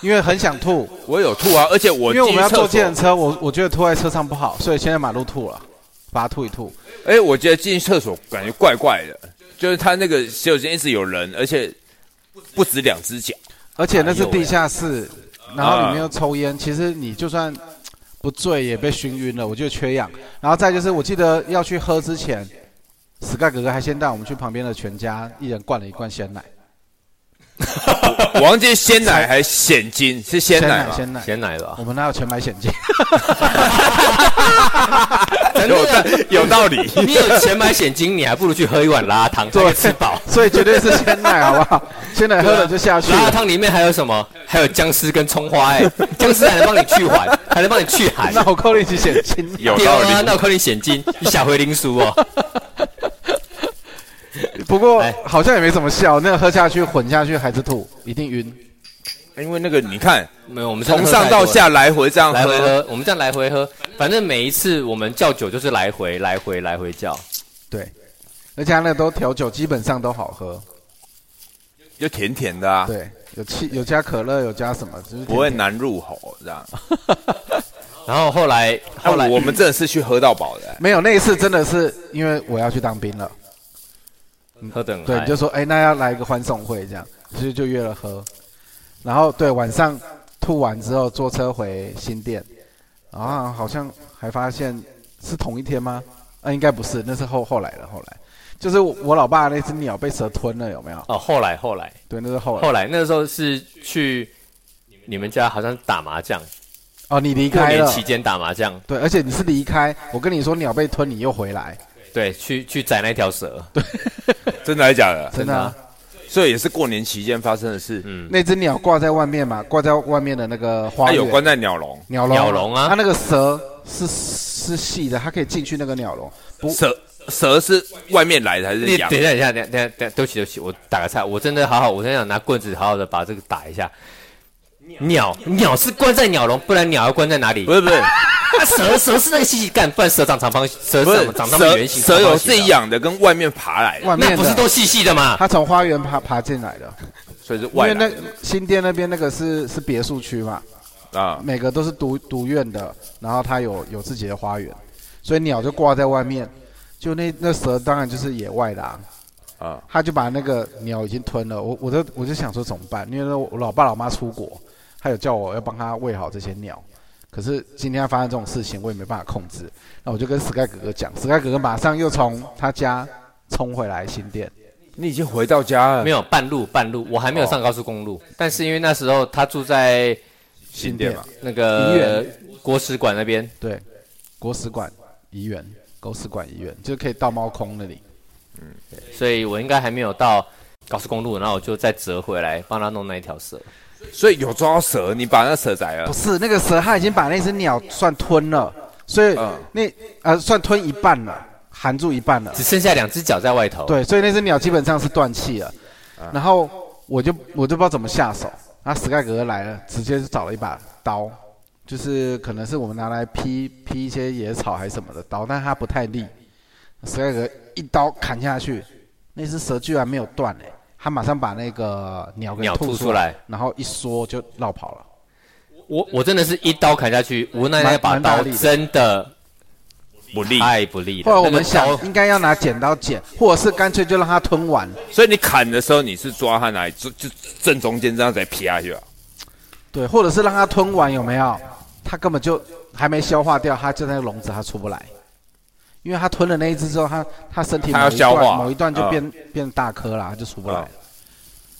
[SPEAKER 1] 因为很想吐，
[SPEAKER 2] 我有吐啊，而且我
[SPEAKER 1] 因为我们要
[SPEAKER 2] 进去厕所
[SPEAKER 1] 坐计程车，我我觉得吐在车上不好，所以先在马路吐了，把它吐一吐。
[SPEAKER 2] 哎、我觉得进厕所感觉怪怪的，就是他那个洗手间一直有人，而且不止两只脚。
[SPEAKER 1] 而且那
[SPEAKER 3] 哎
[SPEAKER 1] 是
[SPEAKER 3] 呦喂
[SPEAKER 1] 地下室，然后里面又抽烟，其实你就算不醉也被熏晕了，我觉得缺氧。然后再就是，我记得要去喝之前，史盖哥哥还先带我们去旁边的全家，一人灌了一罐鲜奶，
[SPEAKER 2] 我忘记鲜奶还是现金，是鲜
[SPEAKER 1] 鲜
[SPEAKER 2] 奶嘛？
[SPEAKER 1] 鲜奶。
[SPEAKER 3] 鲜奶吧
[SPEAKER 2] 啊
[SPEAKER 1] 我，们哪有钱买险金？
[SPEAKER 2] 有道有道 理。
[SPEAKER 3] 你有钱买险金，你还不如去喝一碗拉汤，
[SPEAKER 2] 啊
[SPEAKER 3] 才会吃 饱。
[SPEAKER 1] 所以绝对是鲜奶，好不好？鲜奶喝了就下
[SPEAKER 2] 啊
[SPEAKER 1] 去了。
[SPEAKER 3] 拉汤里面还有什么？还有姜丝跟葱花、欸，哎，姜丝还能帮你去寒，还能帮你去寒。
[SPEAKER 1] 那我扣你一起险金。
[SPEAKER 2] 有
[SPEAKER 3] 对
[SPEAKER 2] 道
[SPEAKER 3] 啊，
[SPEAKER 2] 理，
[SPEAKER 3] 那我扣你险金，你小回零叔哦。
[SPEAKER 1] 不过
[SPEAKER 3] 来
[SPEAKER 1] 好像也没怎么效，那个喝下去混下去还是吐，一定晕。
[SPEAKER 2] 因为那个你看，
[SPEAKER 3] 没有，我们真的
[SPEAKER 2] 从
[SPEAKER 3] 喝
[SPEAKER 2] 上
[SPEAKER 3] 太多
[SPEAKER 2] 到
[SPEAKER 3] 了
[SPEAKER 2] 下来回这样
[SPEAKER 3] 来回
[SPEAKER 2] 喝，啊
[SPEAKER 3] 喝，我们这样来回喝，反正每一次我们叫酒就是来回来回来回叫，
[SPEAKER 1] 对，而且他那都调酒基本上都好喝，
[SPEAKER 2] 就甜甜的啊，
[SPEAKER 1] 对，有汽有加可乐，有加什么，就是
[SPEAKER 2] 不会
[SPEAKER 1] 甜甜。
[SPEAKER 2] 难入喉这样。
[SPEAKER 3] 然后后来后来
[SPEAKER 2] 哎我们真的是去喝到饱的、
[SPEAKER 1] 没有那一次真的是因为我要去当兵了，
[SPEAKER 3] 喝等
[SPEAKER 1] 对，你就说哎、那要来一个欢送会这样，所以就约了喝。然后对晚上吐完之后坐车回新店，然后好像还发现是同一天吗？啊，应该不是，那是后后来了，后来就是我我老爸那只鸟被蛇吞了，有没有？
[SPEAKER 3] 哦，后来后来
[SPEAKER 1] 对，那是后来。
[SPEAKER 3] 后来那时候是去你们家好像打麻将，
[SPEAKER 1] 哦，你离
[SPEAKER 3] 过
[SPEAKER 1] 开
[SPEAKER 3] 年
[SPEAKER 1] 了。
[SPEAKER 3] 期间打麻将，
[SPEAKER 1] 对，而且你是离开，我跟你说鸟被吞，你又回来，
[SPEAKER 3] 对，去去宰那条蛇，
[SPEAKER 2] 真的还假的？
[SPEAKER 1] 真
[SPEAKER 3] 的
[SPEAKER 1] 的
[SPEAKER 3] 啊
[SPEAKER 1] 啊、
[SPEAKER 2] 所以也是过年期间发生的事。嗯，
[SPEAKER 1] 那只鸟挂在外面嘛，挂在外面的那个花
[SPEAKER 2] 它
[SPEAKER 1] 园
[SPEAKER 2] 有，关在鸟笼、
[SPEAKER 1] 鸟笼，
[SPEAKER 3] 鸟笼啊
[SPEAKER 1] 它那个蛇是是细的，它可以进去那个鸟笼。不，
[SPEAKER 2] 蛇，蛇是外面来的还是
[SPEAKER 3] 你
[SPEAKER 2] 养
[SPEAKER 3] 等？一下，等一下，等一下，等一下，等一下，对不起，对不起，我打个岔，我真的好好，我真的想拿棍子好好的把这个打一下。鸟鸟是关在鸟笼，不然鸟要关在哪里
[SPEAKER 2] 不？是不是
[SPEAKER 3] 啊蛇蛇是那个细细干，不然蛇长长方，蛇
[SPEAKER 2] 不
[SPEAKER 3] 是
[SPEAKER 2] 是
[SPEAKER 3] 长长方
[SPEAKER 2] 蛇
[SPEAKER 3] 圆形，
[SPEAKER 2] 蛇
[SPEAKER 3] 长
[SPEAKER 2] 有
[SPEAKER 3] 方形
[SPEAKER 2] 自
[SPEAKER 3] 的
[SPEAKER 2] 己，养的跟外面爬来的，
[SPEAKER 1] 外
[SPEAKER 3] 那
[SPEAKER 1] 面
[SPEAKER 3] 不是
[SPEAKER 1] 的，
[SPEAKER 3] 都细细的吗？
[SPEAKER 1] 它从花园爬爬进来的，
[SPEAKER 2] 所以是
[SPEAKER 1] 因
[SPEAKER 2] 外
[SPEAKER 1] 为
[SPEAKER 2] 来
[SPEAKER 1] 那
[SPEAKER 2] 的
[SPEAKER 1] 新店那边那个是是别墅区嘛，
[SPEAKER 2] 啊。
[SPEAKER 1] 每个都是独独院的，然后它有有自己的花园，所以鸟就挂在外面。就那那蛇当然就是野外的啊，
[SPEAKER 2] 啊
[SPEAKER 1] 它就把那个鸟已经吞了。我我就我就想说怎么办，因为我老爸老妈出国，他有叫我要帮他喂好这些鸟。可是今天发生这种事情，我也没办法控制。那我就跟 Sky 哥哥讲，Sky 哥哥马上又从他家冲回来新店。
[SPEAKER 2] 你已经回到家了
[SPEAKER 3] 没，有半路半路，我还没有上高速公
[SPEAKER 2] 哦
[SPEAKER 3] 路，但是因为那时候他住在
[SPEAKER 2] 新店嘛，
[SPEAKER 3] 那
[SPEAKER 1] 怡
[SPEAKER 3] 个
[SPEAKER 1] 园
[SPEAKER 3] 国史馆那边，
[SPEAKER 1] 对，国史馆怡园，国史馆怡园就可以到猫空那里。
[SPEAKER 3] 所以我应该还没有到高速公路，然后我就再折回来帮他弄那一条蛇。
[SPEAKER 2] 所以有抓到蛇，你把那蛇宰了
[SPEAKER 1] 不。是那个蛇，它已经把那只鸟算吞了，所以
[SPEAKER 2] 嗯
[SPEAKER 1] 那、呃算吞一半了，含住一半了
[SPEAKER 3] 只。剩下两只脚在外头。
[SPEAKER 1] 对，所以那只鸟基本上是断气了。然后我就我就不知道怎么下手。然后 Sky 哥哥来了，直接就找了一把刀，就是可能是我们拿来劈劈一些野草还是什么的刀，但它不太利。Sky 哥哥一刀砍下去，那只蛇居然没有断哎、他马上把那个鸟给
[SPEAKER 3] 鸟
[SPEAKER 1] 吐
[SPEAKER 3] 吐
[SPEAKER 1] 出
[SPEAKER 3] 出
[SPEAKER 1] 来，
[SPEAKER 3] 来，
[SPEAKER 1] 然后一缩就绕跑了。
[SPEAKER 3] 我我真的是一刀砍下去，无奈那把
[SPEAKER 1] 蛮蛮大
[SPEAKER 3] 刀
[SPEAKER 1] 力的
[SPEAKER 3] 真的
[SPEAKER 2] 不利，
[SPEAKER 3] 太不利
[SPEAKER 1] 后
[SPEAKER 3] 了。
[SPEAKER 1] 来我们
[SPEAKER 3] 那个
[SPEAKER 1] 想
[SPEAKER 3] 刀，
[SPEAKER 1] 应该要拿剪刀剪，或者是干脆就让它吞完。
[SPEAKER 2] 所以你砍的时候你是抓它哪里，就就正中间这样再劈下去啊？
[SPEAKER 1] 对，或者是让它吞完，有没有？它根本就还没消化掉，它就在那个笼子，它出不来。因为它吞了那一只之后，它它身体
[SPEAKER 2] 它要
[SPEAKER 1] 某一
[SPEAKER 2] 消化啊
[SPEAKER 1] 段某一段就
[SPEAKER 2] 嗯
[SPEAKER 1] 变、变大颗啦，它就出不来了。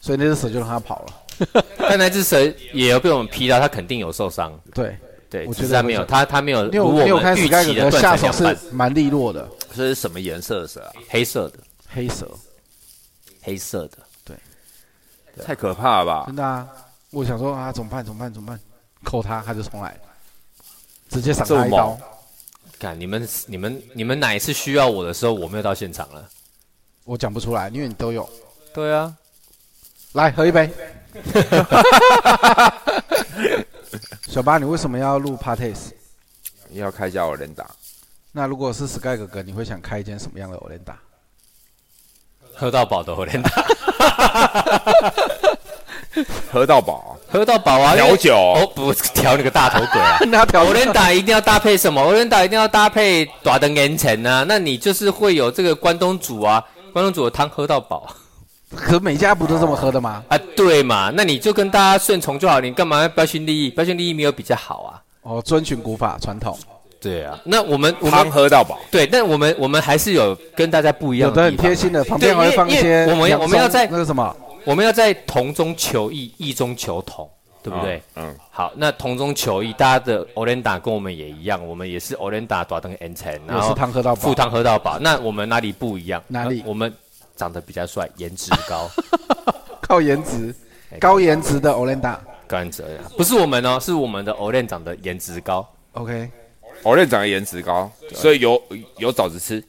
[SPEAKER 1] 所以那只蛇就让它跑了。
[SPEAKER 3] 但那只蛇也有被我们劈到，它肯定有受伤。
[SPEAKER 1] 对，
[SPEAKER 3] 对，
[SPEAKER 1] 我
[SPEAKER 3] 只
[SPEAKER 1] 觉得
[SPEAKER 3] 是它没有，
[SPEAKER 1] 会
[SPEAKER 3] 它它没有
[SPEAKER 1] 因为
[SPEAKER 3] 如
[SPEAKER 1] 我因为
[SPEAKER 3] 我
[SPEAKER 1] 我
[SPEAKER 3] 们
[SPEAKER 1] 看
[SPEAKER 3] 预
[SPEAKER 1] Sky
[SPEAKER 3] 期
[SPEAKER 1] 哥哥
[SPEAKER 3] 的断
[SPEAKER 1] 下
[SPEAKER 3] 成
[SPEAKER 1] 手
[SPEAKER 3] 两
[SPEAKER 1] 是
[SPEAKER 3] 半，
[SPEAKER 1] 蛮利落的，
[SPEAKER 2] 这是什么颜色的蛇啊？
[SPEAKER 3] 黑色的，
[SPEAKER 1] 黑蛇
[SPEAKER 3] 黑色的。
[SPEAKER 2] 太可怕了吧！
[SPEAKER 1] 真的啊！我想说啊，怎么办？怎么办？怎么办？扣它，它就冲来了，直接赏
[SPEAKER 2] 这么
[SPEAKER 1] 它一刀
[SPEAKER 2] 猛。
[SPEAKER 3] 看你们你们你们哪一次需要我的时候，我没有到现场了？
[SPEAKER 1] 我讲不出来，因为你都有。
[SPEAKER 3] 对啊，
[SPEAKER 1] 来喝一杯。小八，你为什么要录 Parties？
[SPEAKER 2] 要开一下我连打，
[SPEAKER 1] 那如果是 Sky 哥哥，你会想开一间什么样的 o l e n d a
[SPEAKER 3] 喝到饱的我连打，
[SPEAKER 2] 喝到饱，
[SPEAKER 3] 喝到饱啊！因为
[SPEAKER 2] 调酒
[SPEAKER 3] 哦，不调你个大头鬼啊！
[SPEAKER 1] 那条
[SPEAKER 3] 欧伦达一定要搭配什么？欧伦达一定要搭配短的年层啊，那你就是会有这个关东煮啊，关东煮的汤喝到饱
[SPEAKER 1] 可每家不都这么喝的吗？
[SPEAKER 3] 啊，对嘛？那你就跟大家顺从就好，你干嘛要标新立异？标新立异没有比较好啊？
[SPEAKER 1] 哦，遵循古法传统。
[SPEAKER 3] 对啊，那我们我
[SPEAKER 2] 汤
[SPEAKER 3] 们
[SPEAKER 2] 喝到饱。
[SPEAKER 3] 对，但我们我们还是有跟大家不一样
[SPEAKER 1] 有的很
[SPEAKER 3] 的地方啊
[SPEAKER 1] 贴心的，旁边
[SPEAKER 3] 对
[SPEAKER 1] 还会
[SPEAKER 3] 因为
[SPEAKER 1] 放一
[SPEAKER 3] 因为
[SPEAKER 1] 些
[SPEAKER 3] 我们
[SPEAKER 1] 洋
[SPEAKER 3] 我们要
[SPEAKER 1] 葱
[SPEAKER 3] 在
[SPEAKER 1] 那个什么，
[SPEAKER 3] 我们要在同中求异，异中求同，对不对？
[SPEAKER 2] 嗯，
[SPEAKER 3] 好，那同中求异，大家的 Olenda 跟我们也一样，我们也是 Olenda 短等 N 层，然
[SPEAKER 1] 也是
[SPEAKER 3] 后
[SPEAKER 1] 汤喝到饱
[SPEAKER 3] 赴，汤喝到饱。那我们哪里不一样？
[SPEAKER 1] 哪里
[SPEAKER 3] 呃我们长得比较帅，颜值高，
[SPEAKER 1] 靠颜值
[SPEAKER 3] 哎，
[SPEAKER 1] 高颜值的 Olenda。
[SPEAKER 3] 高颜值而已啊，不是我们哦，是我们的 Olen 长得颜值高，
[SPEAKER 1] OK，
[SPEAKER 2] 我认长得颜值高，所以有有枣子吃。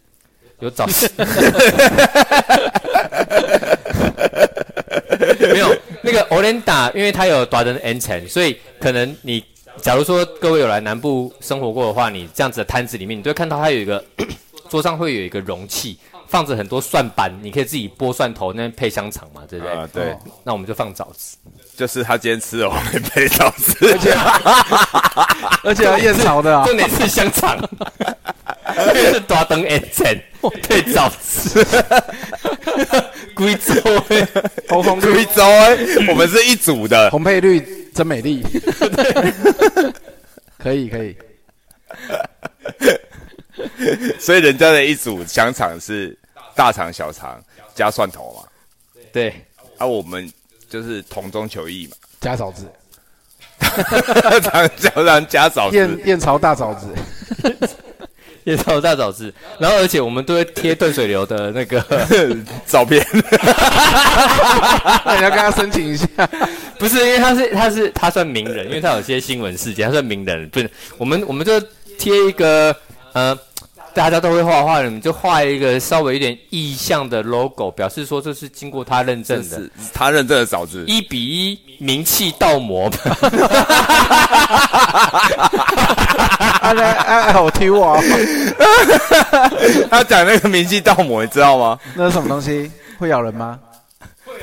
[SPEAKER 3] 有早市。没有那个 Olenda，因为它有短等 N 层，所以可能你假如说各位有来南部生活过的话，你这样子的摊子里面，你就会看到它有一个 桌上会有一个容器，放着很多蒜板，你可以自己剥蒜头，那边配香肠嘛，对不对？
[SPEAKER 2] 啊对
[SPEAKER 3] 哦那我们就放枣子，
[SPEAKER 2] 就是他今天吃了我们配枣 子，
[SPEAKER 1] 而且要燕巢的啊，
[SPEAKER 3] 重点是香肠， 因为是短等 N 层，配枣子， 贵州的。
[SPEAKER 1] 红红绿
[SPEAKER 2] 贵州哎， 我们是一组的。
[SPEAKER 1] 红配绿真美丽，可以可以，
[SPEAKER 2] 所以人家的一组香肠是大肠、小肠加蒜头嘛，
[SPEAKER 3] 对。
[SPEAKER 2] 啊，我们就是同中求异嘛，
[SPEAKER 1] 加枣子，
[SPEAKER 2] 肠小肠加枣
[SPEAKER 1] 燕
[SPEAKER 2] 子，
[SPEAKER 1] 燕巢大枣子，
[SPEAKER 3] 也是有大枣子，然后而且我们都会贴断水流的那个，
[SPEAKER 2] 照片
[SPEAKER 1] 那你要跟他申请一下，
[SPEAKER 3] 不是因为他是他是他算名人，因为他有些新闻事件，他算名人，不是我们我们就贴一个呃，大家都会画画的，你就画一个稍微有点意向的 logo，表示说这是经过他认证的，
[SPEAKER 2] 他认证的枣子，
[SPEAKER 3] 一比一名气倒模，
[SPEAKER 1] 啊来啊啊，我踢我啊，
[SPEAKER 2] 他讲那个明记盗模，你知道吗？
[SPEAKER 1] 那是什么东西？会咬人吗？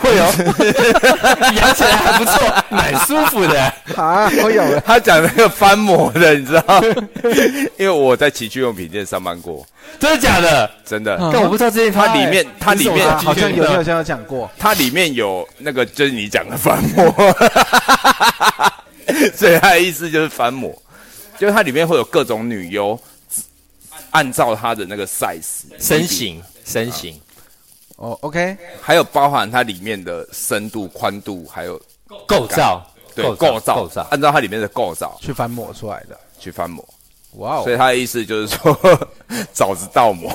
[SPEAKER 3] 会哦， 养起来还不错，蛮舒服的。
[SPEAKER 1] 啊，会咬 人，
[SPEAKER 2] 他讲那个翻模的，你知道？因为我在奇趣用品店上班过，
[SPEAKER 3] 真的假的？
[SPEAKER 2] 真的，
[SPEAKER 1] 嗯
[SPEAKER 3] 但我不知道这件
[SPEAKER 2] 它里面它里面
[SPEAKER 1] 啊
[SPEAKER 3] 好
[SPEAKER 1] 好
[SPEAKER 3] 像
[SPEAKER 1] 像有
[SPEAKER 3] 有
[SPEAKER 1] 没有像有讲过？
[SPEAKER 2] 它里面有那个就是你讲的翻模， 所以它的意思就是翻模，就是它里面会有各种女优，按照她的那个 size
[SPEAKER 3] 身，形身形
[SPEAKER 1] 哦，OK，
[SPEAKER 2] 还有包含它里面的深度、宽度，还有
[SPEAKER 3] 构造
[SPEAKER 2] 对构造，
[SPEAKER 3] 构造。
[SPEAKER 2] 按照它里面的构造
[SPEAKER 1] 去翻抹出来的，
[SPEAKER 2] 去翻模，
[SPEAKER 1] 哇哦
[SPEAKER 2] 所以，它的意思就是说枣子倒模，